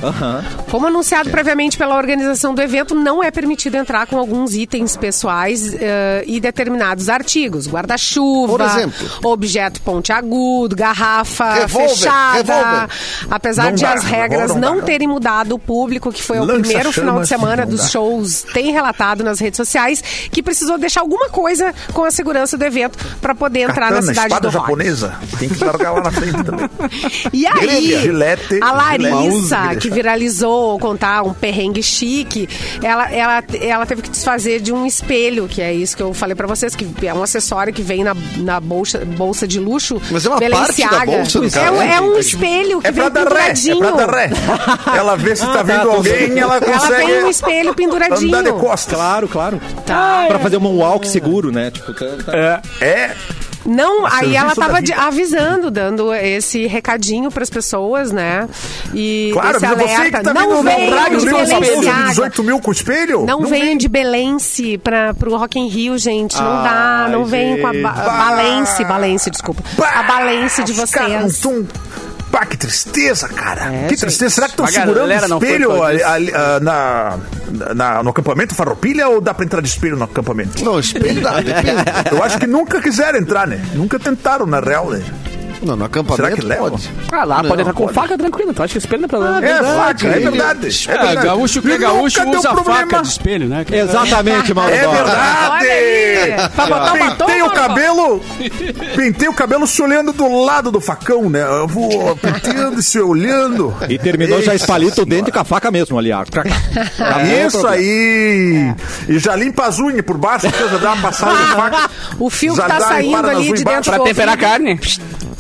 S2: Como anunciado previamente pela organização do evento, não é permitido entrar com alguns itens pessoais eh, e determinados artigos.
S5: Por
S2: Guarda-chuva,
S5: exemplo.
S2: objeto pontiagudo, garrafa
S5: Revólver,
S2: fechada.
S5: revólver.
S2: Apesar
S6: Não
S2: de
S6: dá,
S2: as
S6: revólver
S2: regras
S6: não
S2: não,
S6: dá.
S2: terem mudado, o público que foi ao
S6: Lança
S2: primeiro final de
S6: chamas,
S2: semana
S6: não
S2: dos
S6: dá.
S2: shows tem relatado nas redes sociais que precisou deixar alguma coisa com a segurança do evento para poder entrar na
S6: Katana,
S2: cidade do
S6: espada
S2: rock.
S6: japonesa. Tem que largar lá na frente também.
S2: E aí,
S6: Grelha. Gilete,
S2: a
S6: gilete.
S2: Larissa,
S6: Mouse,
S2: que viralizou contar um perrengue chique, ela, ela, ela teve que desfazer de um espelho, que é isso que eu falei pra vocês, que é um acessório que vem na, na bolsa, bolsa de luxo.
S5: Mas é uma parte da
S2: Balenciaga.
S5: bolsa do
S2: é, um-
S5: cara,
S2: é um
S5: né?
S2: espelho que
S6: É
S2: vem Ah,
S6: pra dar ré, é
S2: penduradinho.
S6: pra dar ré. Ela vê se tá vindo alguém e ela
S2: Ela
S6: consegue
S2: tem um espelho
S6: andar de
S2: penduradinho.
S6: costas.
S1: Claro, claro.
S2: Tá.
S1: Pra fazer um walk seguro, né? Tipo, tá- tá-
S6: É,
S2: Não, aí
S6: serviço
S2: ela
S6: da
S2: tava
S6: vida.
S2: de- avisando, dando esse recadinho pras pessoas, né? E
S6: claro,
S2: esse
S6: mas é você que
S2: alerta,
S6: tá
S2: não
S6: vindo
S2: vem
S6: no rádio,
S2: de
S6: viu essa bolsa de
S2: Balenciaga.
S6: 18 mil com espelho?
S2: Não, venham de Belense para pro Rock in Rio, gente. Não dá. Não
S1: Ai,
S2: venham com a ba
S1: gente.
S2: Balense, Balense, desculpa.
S6: Bah,
S2: a Balense de
S6: os caras não
S2: vocês.
S6: tão- Pá, que tristeza, cara.
S2: É,
S6: que tristeza.
S2: gente.
S6: Será que estão
S3: A
S6: segurando
S3: galera
S6: o
S3: não foi
S6: espelho
S3: por
S6: ali-
S3: isso.
S6: ali- ah, na, na- no acampamento Farroupilha ou dá pra entrar de espelho no acampamento?
S5: Não, espelho dá, depende.
S6: Eu acho que nunca quiseram entrar, né? Nunca tentaram, na real, né?
S5: Não, no acampamento
S6: Será que leva?
S5: pode.
S3: Ah, lá,
S5: Não,
S3: pode entrar com
S5: pode.
S3: faca tranquilo, então acho que espelho não é problema.
S6: É, faca, é
S5: ele-
S6: verdade. É,
S7: É,
S6: verdade.
S7: gaúcho que
S6: E
S7: é gaúcho
S6: nunca deu
S7: usa faca
S6: problema.
S7: de espelho, né? cara?
S1: Exatamente, Mauro
S6: É
S1: Borba.
S2: Olha aí.
S6: verdade!
S2: Pra botar uma
S6: Pintei o
S2: touca,
S6: cabelo, pintei o cabelo se olhando do lado do facão, né? Eu vou penteando e se olhando.
S1: E terminou já
S6: Eita
S1: espalhito o dente
S6: senhora.
S1: com a faca mesmo ali, ó. Pra-
S6: Isso aí! E já limpa as unhas por baixo, porque já dá uma passada de faca.
S2: O fio que
S6: Já
S2: tá
S6: dá,
S2: saindo
S6: repara nas
S2: ali
S6: unhas
S2: de
S6: embaixo.
S2: dentro
S3: Pra
S2: do
S3: temperar a
S2: ouvido.
S3: carne.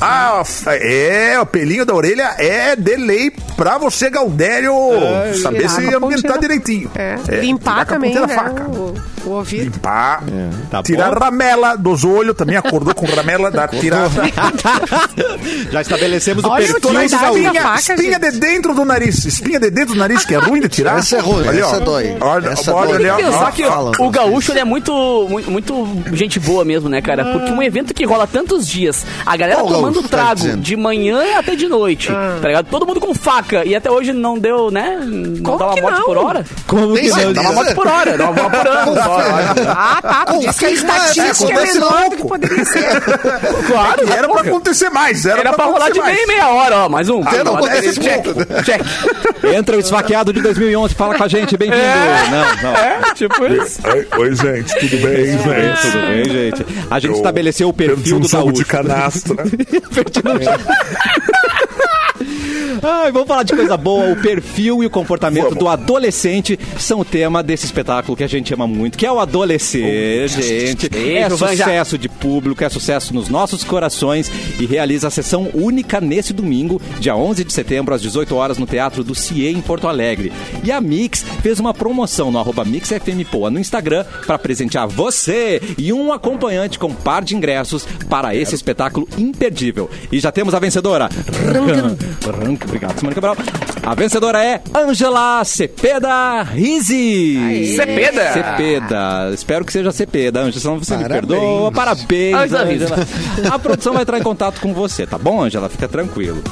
S6: Ah, é, o pelinho da orelha é de lei pra você, Gaudério, saber
S2: Tirar com
S6: se
S2: a
S6: ambientar
S2: ponteira.
S6: direitinho.
S2: Ah, É.
S6: É,
S2: Limpar
S6: tirar com a
S2: também,
S6: ponteira
S2: né?
S6: da faca.
S2: O, o ouvido.
S6: Limpar,
S1: Tá
S6: tirar
S1: bom.
S6: ramela dos olhos, também acordou com ramela da tirada.
S1: Já estabelecemos o
S2: Olha o
S1: perfil
S2: que
S1: de
S2: dá,
S1: saúde.
S2: minha faca,
S6: espinha de dentro do nariz. Espinha de dentro do nariz, que é ruim de tirar.
S5: Essa é ruim,
S6: ó.
S5: essa dói.
S6: Olha,
S5: Essa
S6: olha,
S5: dói.
S6: olha,
S5: Tem que
S6: ó,
S5: pensar
S3: Só
S6: ó,
S3: que
S5: Falam.
S3: o gaúcho ele é muito, muito, muito gente boa mesmo, né, cara? Porque um evento que rola tantos dias, a galera
S5: Qual gaúcho
S3: tomando
S5: tá
S3: trago
S5: dizendo?
S3: de manhã até de noite,
S2: Ah.
S3: tá ligado? Todo mundo com faca e até hoje não deu, né? Não
S2: Como
S3: dá uma
S2: que
S3: morte
S2: não?
S3: por hora?
S1: Como
S5: Tem
S1: que não?
S5: certeza?
S3: Dá uma morte por hora, dá uma morte por ano.
S2: Ah, tá. Tu disse que a
S5: que nada,
S2: estatística é
S6: acontece
S2: menor do que
S6: pouco.
S2: poderia ser.
S3: Claro,
S6: Era pra acontecer mais. Era,
S3: Era pra rolar
S6: acontecer
S3: de meia
S6: mais.
S3: em meia hora, ó, mais um.
S5: não,
S3: Agora
S5: acontece
S3: esse check,
S5: pouco,
S3: check.
S1: Entra o esfaqueado de 2011, fala com a gente, bem-vindo. Não, não.
S3: É, tipo isso. É.
S6: Oi, Oi, gente, tudo bem, gente?
S1: Tudo bem, gente? A gente
S6: Eu
S1: estabeleceu o
S6: Perdi
S1: perfil
S6: um
S1: do
S6: jogo de
S1: gaúcho. um
S6: canastra.
S1: Ai, vamos falar de coisa boa. O perfil e o comportamento
S6: Vamos.
S1: do adolescente são o tema desse espetáculo que a gente ama muito, que é o Adolescer, gente. É
S3: Beijo, Vanja.
S1: sucesso de público, é sucesso nos nossos corações e realiza a sessão única nesse domingo, dia 11 de setembro, às 18 horas, no Teatro do CIE, em Porto Alegre. E a Mix fez uma promoção no arroba MixFMPoa no Instagram para presentear você e um acompanhante com um par de ingressos para esse espetáculo imperdível. E já temos a vencedora. Branca, obrigado, Simone Cabral. A vencedora é Angela Cepeda Rizzi.
S3: Cepeda.
S1: Cepeda. Espero que seja Cepeda, Angela, senão você
S5: Parabéns.
S1: me perdoa. Parabéns,
S3: Angela Rizzi.
S1: Angela. né? A produção vai entrar em contato com você, tá bom, Angela? Fica tranquilo.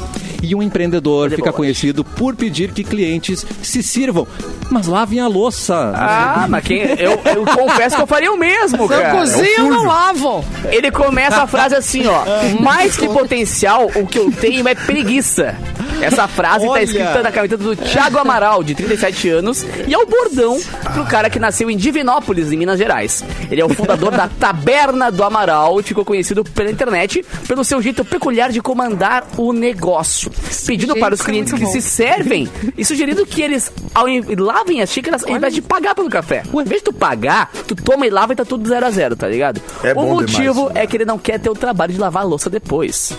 S1: E um empreendedor fica conhecido por pedir que clientes se sirvam, mas lavem a louça.
S3: Ah, mas quem. Eu, eu confesso que eu faria o mesmo,
S2: Eu
S3: cara.
S2: cozinho, eu não lavo.
S3: Ele começa a frase assim, ó. Mais que potencial, o que eu tenho é preguiça. Essa frase tá
S1: Olha.
S3: escrita na camiseta do Thiago Amaral, de 37 anos, e é o bordão pro cara que nasceu em Divinópolis, em Minas Gerais. Ele é o fundador da Taberna do Amaral e ficou conhecido pela internet pelo seu jeito peculiar de comandar o negócio. Pedindo
S2: Gente,
S3: para os
S2: isso é
S3: clientes
S2: muito
S3: que
S2: bom.
S3: se servem e sugerindo que eles ao, in- lavem as xícaras ao invés de pagar pelo café. Ao invés de tu pagar, tu toma e lava e tá tudo zero a zero, tá ligado?
S6: É
S3: o
S6: bom
S3: motivo
S6: demais, né?
S3: é que ele não quer ter o trabalho de lavar a louça depois.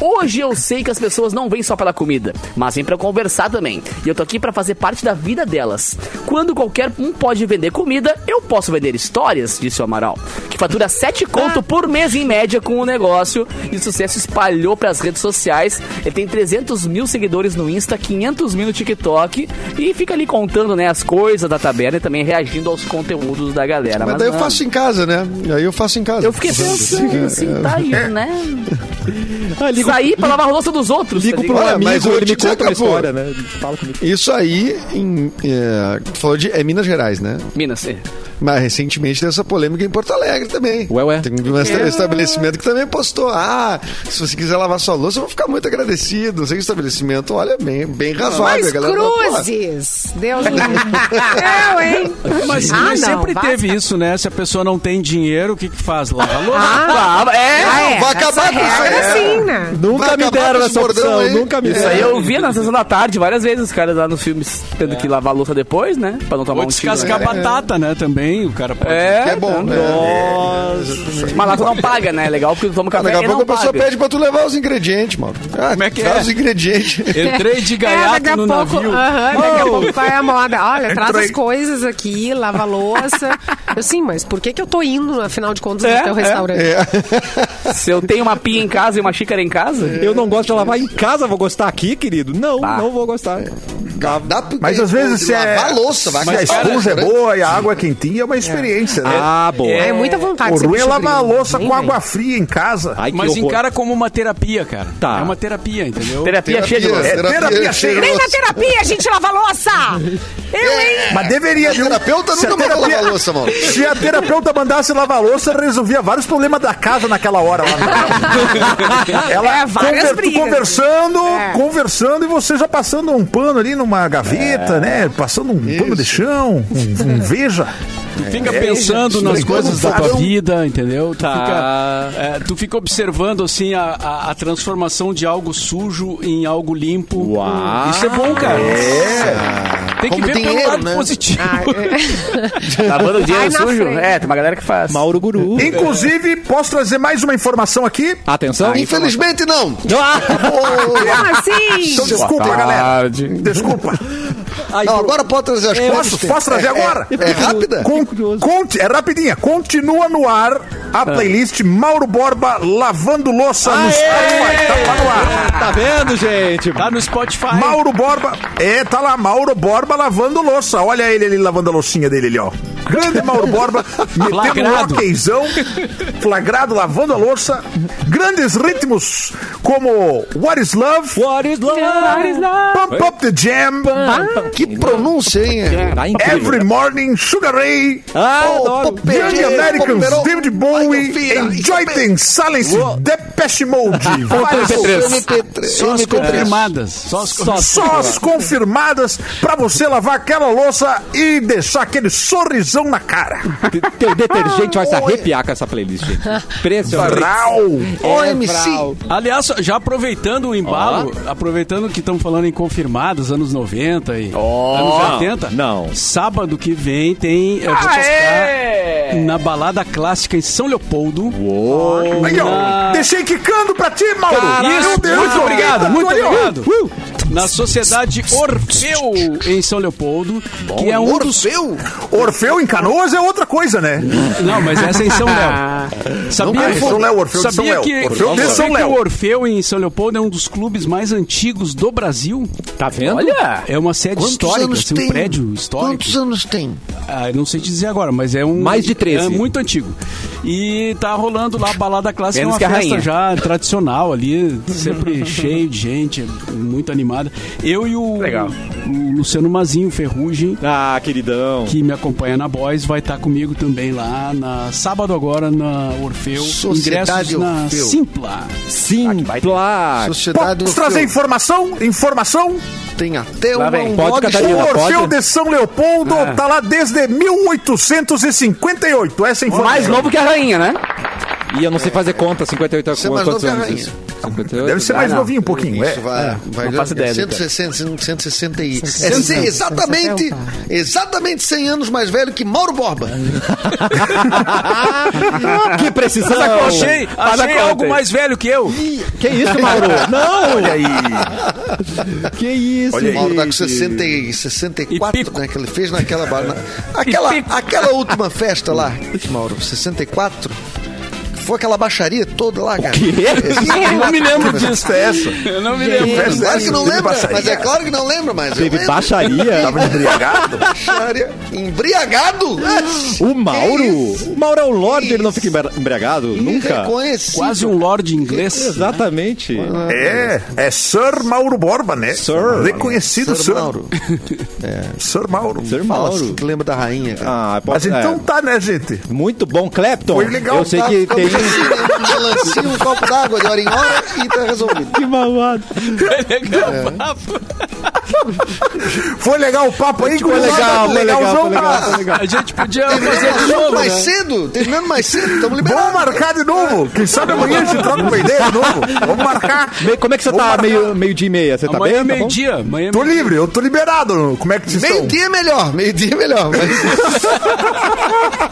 S3: Hoje eu sei que as pessoas não vêm só pela comida, vida, mas vem pra conversar também. E eu tô aqui pra fazer parte da vida delas. Quando qualquer um pode vender comida, eu posso vender histórias, disse o Amaral, que fatura 7
S5: Ah.
S3: conto por mês em média com o negócio. E o sucesso espalhou pras redes sociais. Ele tem 300 mil seguidores no Insta, 500 mil no TikTok e fica ali contando né, as coisas da taberna e também reagindo aos conteúdos da galera.
S5: Mas daí eu
S3: mano,
S5: faço em casa, né? Aí eu faço em casa. É.
S3: eu fiquei pensando assim, tá aí, né?
S1: Ah, ligo-
S3: Sair pra lavar a louça dos outros.
S1: Ligo
S3: tá
S1: pro
S3: ligado?
S5: Olha,
S1: amigo,
S5: mas eu
S1: ele
S5: te
S1: me conta uma
S5: dizer, pô.
S1: história, né? Fala comigo.
S5: Isso aí, em, é, tu falou de. É Minas Gerais, né?
S3: Minas. é.
S5: Mas recentemente teve essa polêmica em Porto Alegre também.
S1: Ué, É. ué.
S5: Tem um esta- estabelecimento que também postou: ah, se você quiser lavar sua louça, eu vou ficar muito agradecido. Não sei que estabelecimento, olha, bem, bem razoável,
S2: Mas
S5: a galera. fala, "Pô,
S2: cruzes! Deus me livre. Eu, hein?
S7: Mas
S2: Ah, não,
S7: sempre
S2: vai-
S7: teve isso, né? Se a pessoa não tem dinheiro, o que, que faz? Lava a louça.
S3: Lava- Ah, é,
S2: Ah, é,
S5: vai
S2: essa
S5: acabar com isso aí.
S2: regra, sim, né?
S1: Nunca
S5: Vai
S1: me
S5: acabar
S1: deram
S5: com esse
S1: essa
S5: bordão
S1: opção,
S5: aí. É.
S1: nunca me
S5: Isso
S3: Isso aí
S1: deram.
S3: eu vi na sessão da tarde várias vezes os caras lá nos filmes tendo que lavar a louça depois, né? Pra não tomar
S7: Ou
S3: um tiro.
S7: descascar
S3: né?
S7: batata, né? Também o cara pode.
S3: É,
S5: que é bom, né?
S3: Mas lá tu não paga, né? É legal porque tu toma
S5: Ah,
S3: café
S5: daqui a
S3: e
S5: pouco
S3: não
S5: a pessoa
S3: paga.
S5: pede pra tu levar os ingredientes, mano. Ah,
S7: Como é que
S5: traz
S7: é?
S5: os ingredientes.
S7: Entrei de
S2: É,
S7: gaiato
S2: daqui a
S7: no
S2: pouco.
S7: navio.
S2: aham, daqui a pouco vai a moda. Olha, traz
S6: Entrei.
S2: as coisas aqui, lava a louça. Eu sim, mas por que, que eu tô indo, afinal de contas,
S7: É,
S2: no teu
S7: é,
S2: restaurante?
S3: Se eu tenho uma pia em casa e uma xícara em casa,
S5: É.
S1: Eu não gosto de lavar em casa, vou gostar aqui, querido?
S2: Ah,
S1: Não,
S3: Tá.
S1: não vou gostar.
S5: Dá- dá pra-
S6: Mas às vezes
S5: de
S6: se é-
S5: Lavar louça, vai
S6: Se a
S5: acabar com
S6: esponja é
S5: isso, né?
S6: boa e a água é quentinha, é uma experiência, né?
S1: Ah, boa.
S2: Ah, é muita vontade.
S6: O
S2: de ser
S6: ruim é
S2: bicho
S6: lavar a
S2: grilo.
S6: louça
S2: Nem
S6: com
S2: vem.
S6: água fria em casa.
S1: Ai, que
S7: Mas
S1: horror.
S7: encara como uma terapia, cara.
S1: Tá.
S7: É uma terapia, entendeu?
S3: terapia, cheia de louça.
S6: É terapia
S2: Nem na
S5: cheirosa.
S2: terapia a gente lava a louça! Eu, hein?
S6: Mas deveria.
S5: O terapeuta
S6: Se a
S5: nunca mandou
S6: terapia-
S5: lavar louça, mano.
S6: Se a terapeuta mandasse lavar a louça, resolvia vários problemas da casa naquela hora lá no Ela
S2: É, várias
S6: conver-
S2: brigas.
S6: conversando,
S2: É.
S6: conversando e você já passando um pano ali numa
S5: É.
S6: gaveta, né? Passando um pano de chão, um, um veja.
S7: Tu fica pensando
S6: isso
S7: nas
S6: aí,
S7: coisas
S6: como
S7: da tua
S6: faz?
S7: vida, entendeu? Tu,
S1: Tá.
S7: fica, é, tu fica observando assim a, a- a transformação de algo sujo em algo limpo.
S1: Uau.
S7: Isso é bom, cara. Tem que
S5: Como
S7: ver pelo
S5: dinheiro,
S7: lado
S5: né?
S7: positivo.
S3: Lavando dinheiro
S2: Vai na
S3: sujo.
S2: frente.
S3: É, tem uma galera que faz.
S1: Mauro Guru.
S5: é.
S6: Inclusive, posso trazer mais uma informação aqui?
S5: Ah,
S1: Atenção.
S5: Infelizmente não.
S2: Como assim?
S6: Então, desculpa, galera. Desculpa.
S1: Ai,
S5: Não,
S1: pro-
S5: agora pode trazer as
S6: Posso,
S5: coisas.
S6: posso trazer agora?
S5: É rápida?
S6: Con- conte, é rapidinha. Continua no ar a playlist Mauro Borba lavando louça no Spotify. Tá lá no ar.
S1: Tá vendo, gente?
S7: Tá no Spotify.
S6: Mauro Borba, é, tá lá, Mauro Borba lavando louça. Olha ele ali lavando a loucinha dele ali, ó. Grande Mauro Borba, metendo um
S7: Flagrado.
S6: rockzão, flagrado lavando a louça. Grandes ritmos como What is Love,
S1: What is love?
S6: Pump Up the Jam,
S5: Que pronúncia, hein?
S1: Tá incrível.
S6: Every Morning, Sugar Ray,
S1: Ah,
S5: é
S1: adoro.
S6: Young Americans,
S7: um.
S6: David Bowie, Enjoy Things, Silence, Depeche Mode. Várias
S7: Só as confirmadas. Só as confirmadas.
S6: Só as confirmadas pra você lavar aquela louça e deixar aquele sorrisão na cara.
S1: Te- Teu detergente vai se arrepiar com essa playlist, gente. Impressionante.
S6: Brau.
S5: OMC.
S7: Aliás, já aproveitando o embalo, aproveitando que estamos falando em confirmados, anos 90 e anos 80.
S1: não.
S7: Sábado que vem tem. Eu vou
S3: É.
S7: tocar na balada clássica em São Leopoldo.
S6: Aí, ó, deixei quicando pra ti, Mauro. Meu Deus,
S7: muito
S6: olha,
S7: obrigado,
S6: tá
S7: muito
S6: ali, ó.
S7: obrigado. Na Sociedade Orfeu em São Leopoldo, que é um dos.
S5: Orfeu?
S6: Orfeu em Canoas é outra coisa, né?
S7: Não, mas essa é em São Léo. Sabia,
S6: Ah, em São Léo, Orfeu de São
S7: sabia
S6: Léo.
S7: que,
S6: Orfeu de
S7: sabia
S6: São
S7: que
S6: Léo.
S7: o Orfeu em São Leopoldo é um dos clubes mais antigos do Brasil?
S1: Tá vendo?
S3: Olha!
S7: É uma sede
S5: Quantos
S7: histórica,
S5: anos
S7: assim,
S5: tem?
S7: um prédio histórico.
S5: Quantos anos tem?
S7: Ah, eu não sei te dizer agora, mas é um.
S1: Mais de 13.
S7: É muito antigo. E tá rolando lá a balada clássica, é
S3: Menos
S7: uma
S3: que a
S7: festa
S3: rainha.
S7: já tradicional ali, sempre cheio de gente, muito animada. Eu e o,
S3: Legal.
S7: o Luciano Mazinho, Ferrugem.
S1: Ah, queridão.
S7: Que me acompanha na Boys, vai estar comigo também lá na sábado agora na Orfeu.
S5: Sociedade
S7: ingressos na
S5: Orfeu.
S7: Simpla.
S1: Sim, claro.
S7: tá
S5: Sociedade
S6: Posso trazer informação? Informação?
S5: Tem até
S3: Lá
S5: uma,
S3: vem.
S5: um
S1: Pode,
S5: blog
S1: Catarina.
S6: O Orfeu
S1: pode?
S6: de São Leopoldo tá lá desde 1858. Essa é a informação.
S3: Mais novo que a rainha, né?
S1: E eu não sei fazer conta, 58 é
S5: Você é mais
S1: quantos
S5: novo que a
S1: anos
S5: rainha.
S1: isso? 58.
S6: Deve ser
S3: Ah,
S6: mais
S3: não.
S6: novinho um pouquinho. É.
S5: Isso vai, vai
S3: não faço ideia,
S5: 160, 160 e... É,
S2: 160,
S5: exatamente,
S2: 160.
S5: exatamente 100 anos mais velho que Mauro Borba.
S1: que precisão.
S3: Achei,
S1: Faz a
S3: achei
S1: conta
S3: algo
S1: aí.
S3: mais velho que eu.
S1: Que isso, Mauro? Não!
S6: Olha aí.
S1: Que isso,
S6: Olha aí.
S1: gente.
S5: Mauro tá com 60, e 64, né? Que ele fez naquela. bar- na- aquela, aquela última festa lá, Mauro, 64. que Foi aquela baixaria toda lá, cara.
S3: Eu não me lembro
S5: disso.
S3: disso.
S6: Festa é essa.
S7: Eu não me lembro.
S6: Festa é
S5: Claro
S6: essa,
S5: que não
S6: teve
S5: lembra,
S6: baixaria.
S5: mas é claro que não lembra, mas eu
S1: Teve
S5: lembro.
S1: baixaria?
S6: Tava embriagado?
S5: Baixaria. Embriagado? É,
S1: O Mauro?
S5: Que isso?
S1: O Mauro é o Lorde,
S5: Que
S1: ele não
S5: isso? né?
S1: fica embra- embriagado? Nunca?
S5: Irreconhecível.
S7: Quase um lord inglês.
S1: Exatamente.
S6: É, é Sir Mauro Borba, né?
S1: Sir.
S6: Reconhecido Sir. É.
S5: Sr. Mauro. É.
S6: Sir Mauro.
S1: Ser
S5: Nossa,
S1: Mauro.
S5: assim, que lembra da rainha, cara.
S1: Ah,
S6: Mas
S1: pode,
S6: então
S1: é,
S6: tá, né, gente?
S1: muito bom, Clapton.
S6: Foi legal,
S1: Eu sei
S5: Tá,
S1: que
S5: fica
S1: tem...
S5: assim, né? Um melancia, um copo d'água de hora em hora e tá resolvido.
S1: Que malvado.
S6: Foi legal o papo aí,
S1: Foi
S6: gurizada?
S1: legal, foi legal, foi
S6: Legalzão, tá?
S1: legal,
S6: cara.
S1: foi legal.
S7: A gente podia fazer
S5: Terminando
S7: de novo.
S9: Tá
S5: mais
S7: né?
S5: cedo, terminando mais cedo, estamos
S6: Vamos
S5: liberados.
S6: marcar de novo. Quem sabe amanhã a gente troca uma ideia de novo. Vamos marcar.
S1: Meio- Como é que você
S6: Vou
S1: tá?
S6: marcar.
S1: Meio, meio dia e meia, você tá
S7: Amanhã é
S1: bem? Tá bom?
S7: meio-dia. Amanhã é
S6: Tô livre, eu tô liberado. Como é que vocês estão?
S5: Meio-dia é melhor, meio-dia é melhor. mas-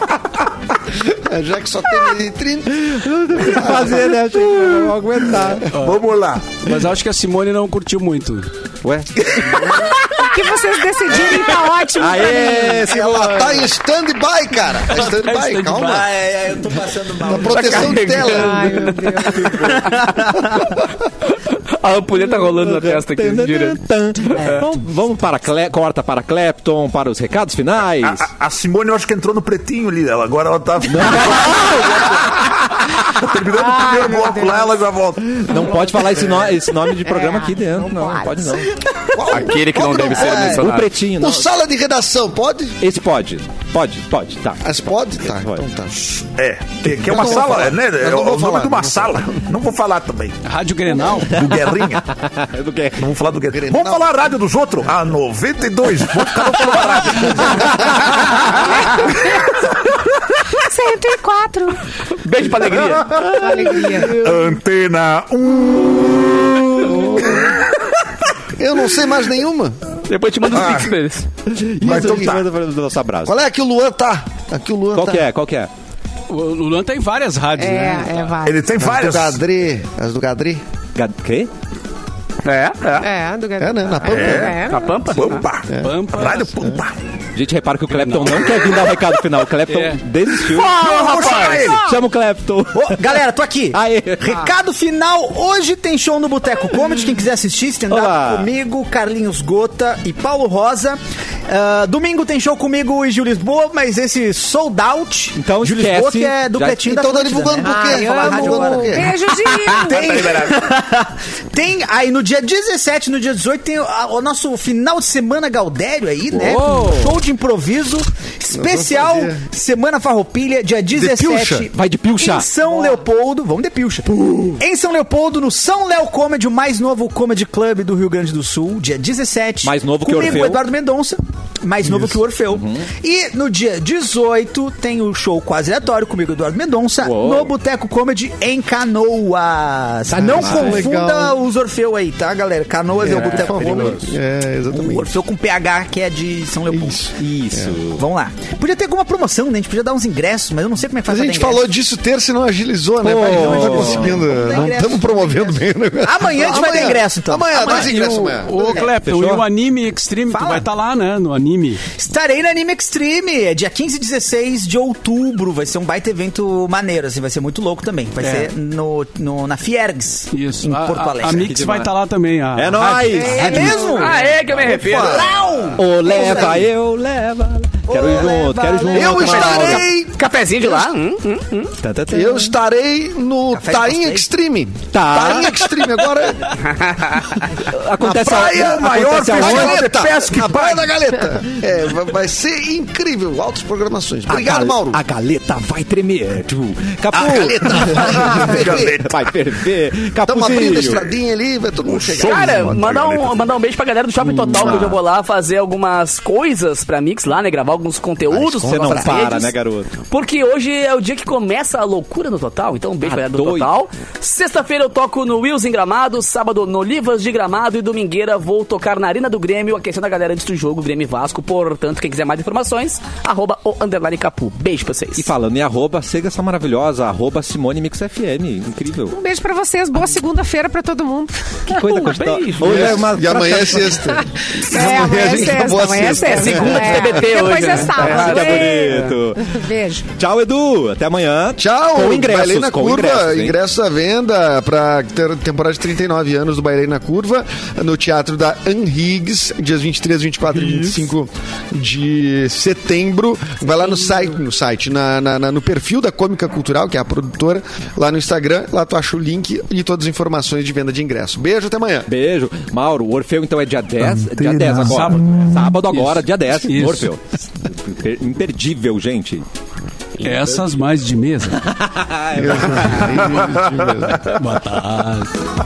S5: É, Já que só tem meio-dia e trinta.
S1: Tem que fazer, né? Achei que eu não vou aguentar.
S6: Vamos lá.
S7: Mas acho que a Simone não curtiu muito.
S1: Ué?
S2: O que vocês decidirem tá ótimo pra mim.
S1: Aê,
S5: Ela
S1: Simone.
S5: tá em stand-by, cara. Tá em stand-by,
S7: stand-by.
S5: calma.
S4: é, é, eu tô passando mal.
S5: Na proteção de tela.
S2: Ai, meu Deus.
S3: A ampulheta tá rolando na testa aqui. direto.
S1: É.
S3: É.
S1: Vamos- Vamos para Cle... corta para Clapton, para os recados finais.
S6: A, a Simone, eu acho que entrou no pretinho ali. Ela, agora ela tá. Terminando o primeiro bloco lá, ela já volta.
S1: Não pode falar esse, no- esse nome de programa aqui dentro. Não, não pode não.
S3: Aquele que não deve ser
S5: pode?
S1: O
S3: mencionado.
S1: pretinho, não.
S5: O sala de redação, pode?
S1: Esse pode. Pode, pode, tá.
S5: As pode? Tá,
S1: Pode.
S5: então tá.
S6: É, que, que é uma
S5: não vou
S6: sala,
S5: falar.
S6: né?
S5: Eu
S6: É
S5: não
S6: o
S5: vou
S6: nome
S5: falar,
S6: de
S5: não
S6: uma
S5: vou
S6: sala. Não vou falar também.
S7: Rádio Grenal.
S6: Do Guerrinha.
S1: É do que?
S6: Não vou falar do Guerrinha.
S5: Grenal.
S6: Vamos falar a rádio dos outros? Ah, 92. Vou ficar no programa da rádio.
S2: 104.
S3: Beijo pra alegria.
S2: Alegria.
S6: Antena 1.
S5: Eu não sei mais nenhuma.
S3: Depois te mando os pix deles.
S1: Mas
S5: então tá.
S1: do nosso abraço.
S5: Qual é? Aqui o Luan tá. Aqui o Luan
S1: Qual
S5: tá.
S1: que é? Qual que é?
S7: O Luan tá em várias rádios, né?
S2: É, é, vai.
S6: Ele tem
S5: As do
S6: várias.
S5: Gadri. As do Gadri.
S1: Ga- Quê?
S3: É,
S2: É, do
S5: É, né? Na pampa.
S2: É.
S3: é. A Pampa?
S6: Pampa.
S7: Pampa.
S6: Rádio Pampa.
S1: Gente, repara que o Clapton não quer vir dar o recado final. O Clapton
S7: É.
S1: desistiu.
S6: Não, eu vou chamar ele.
S1: Chama o Clapton.
S4: Ô, galera, tô aqui.
S1: Aê.
S4: Recado final, hoje tem show no Boteco Comedy, quem quiser assistir,
S1: Olá.
S4: stand-up comigo, Carlinhos Gota e Paulo Rosa. Ah, domingo tem show comigo e Gil Lisboa, mas esse sold out,
S1: Então
S4: Gil Lisboa
S1: esquece.
S4: que é do
S1: Já-
S4: Pretinho da
S5: Então tá
S4: Atlântida,
S5: divulgando
S4: né?
S5: por quê?
S4: Ah, falar
S5: Amo.
S4: rádio agora.
S5: Por quê?
S2: Beijo, Gil.
S4: Tem, tem aí no dia 17, no dia 18, tem o, a- o nosso final de semana Gaudério aí, né?
S1: Uou.
S4: Show de improviso especial
S5: fazer.
S4: Semana Farroupilha, dia
S1: pilcha?
S4: 17.
S1: Vai de pilcha.
S4: Em São Leopoldo, vamos de pilcha. Em São Leopoldo, no São Léo Comedy, o mais novo comedy club do Rio Grande do Sul, dia 17.
S1: Mais novo que
S4: Comigo,
S1: Orfeu. Uhum.
S4: Eduardo Mendonça, mais novo que o Orfeu. E no dia 18 tem o show quase aleatório comigo, Eduardo Mendonça,
S1: Uou.
S4: no Boteco Comedy em Canoas. não confunda
S5: legal.
S4: os Orfeu aí, tá, galera? Canoas é, o Boteco Comedy.
S5: É,
S4: O
S5: exatamente.
S4: Orfeu com PH, que é de São Leopoldo. É.
S1: Isso.
S4: Vamos lá. Podia ter alguma promoção, né? A gente podia dar uns ingressos, mas eu não sei como é que
S5: A
S4: faz pra
S5: gente
S4: dar ingresso.
S5: falou disso terça e não agilizou, né? Mas não tá conseguindo. Não
S4: ingresso.
S5: estamos promovendo bem o negócio.
S4: Amanhã a gente vai dar ingresso, então.
S5: Amanhã, dois
S4: Amanhã.
S5: ingressos
S4: E o-
S5: amanhã.
S7: Ô, Clapton, e
S1: Fechou?
S7: o anime Extreme? Tu
S4: Fala.
S7: vai estar lá, né? No anime.
S4: Estarei na Anime Extreme, é dia 15 e 16 de outubro. Vai ser um baita evento maneiro, assim, vai ser muito louco também. Vai
S7: É.
S4: ser no, no- na Fiergs,
S7: Isso.
S4: em
S7: A-
S4: Porto
S7: a-
S4: Alegre.
S7: A Mix vai estar lá também. A
S1: É
S7: a
S1: nóis.
S4: É mesmo?
S3: Ah, é que eu me arrependo.
S1: Ô, leva, eu leva. Quero ir junto, quero ir junto. Vai,
S5: Eu
S1: Laura.
S5: estarei,
S3: Cafezinho de lá. hum?
S1: Tá, tá, tá.
S5: eu estarei no
S4: Café de
S5: Tainha
S4: pastel.
S5: Extreme.
S1: Tá.
S4: Ah.
S5: Tainha Extreme agora. é
S1: Acontece
S6: Praia é
S1: acontece
S6: maior
S1: aonde?
S5: Na
S6: Olha,
S5: galeta.
S6: pesca e
S5: Na
S6: praia.
S5: praia da galeta. É, vai- vai ser incrível. Altas programações.
S4: Ah,
S1: A
S5: Obrigado,
S1: gal-
S5: Mauro.
S1: A galeta vai tremer. Tchu. Capu.
S5: A galeta vai ferver.
S1: Vai ferver.
S5: Estamos abrindo a
S1: Capuzinho.
S5: estradinha ali, vai todo mundo chegar.
S3: Cara, mandar um, mandar um beijo pra galera do Shopping Total, que eu já vou lá fazer algumas coisas pra Mix lá, né? Gravar alguns conteúdos.
S1: Você não
S3: pras
S1: para,
S3: redes.
S1: né, garoto?
S3: Porque hoje é o dia que começa a loucura no Total. Então, um beijo pra galera do
S1: Tá doido.
S3: Total. Sexta-feira eu toco no Wills em Gramado, sábado no Olivas de Gramado e domingueira vou tocar na Arena do Grêmio, aquecendo a galera antes do jogo, Grêmio e Vasco. Portanto, quem quiser mais informações, arroba o underline capu. Beijo pra vocês.
S1: E falando em arroba, siga essa maravilhosa, arroba Simone Mix FM. Incrível.
S2: Um beijo pra vocês. Boa segunda-feira pra todo mundo.
S1: Que coisa gostosa. Hoje é uma-
S5: E amanhã é sexta.
S2: É, amanhã é
S5: gente
S2: sexta.
S5: acabou a
S2: Amanhã é
S5: sexta.
S2: sexta.
S3: Segunda de
S2: É.
S3: TBT hoje,
S2: Depois
S3: né?
S2: é sábado.
S1: Nada
S2: Ei.
S1: Tá bonito.
S2: Beijo.
S1: Tchau, Edu. Até amanhã.
S5: Tchau,
S1: Com ingressos.
S5: Bailei na
S1: com
S5: Curva,
S1: ingressos, hein?
S5: ingresso à venda para temporada de 39 anos do Bailei na Curva, no Teatro da Anhiggs, dias 23, 24 e 25 de setembro. Vai lá no site, no site, na- na- na- no perfil da Cômica Cultural, que é a produtora, lá no Instagram, lá tu acha o link e todas as informações de venda de ingresso. Beijo, até amanhã.
S1: Beijo. Mauro, o Orfeu então é dia 10? É dia
S6: Antena.
S1: 10 agora. Sábado, agora,
S7: Isso.
S1: dia 10. no
S7: Isso.
S1: Orfeu. Imper- Imperdível, gente.
S7: Essas mais de mesa.
S5: Beijo.
S7: Boa tarde.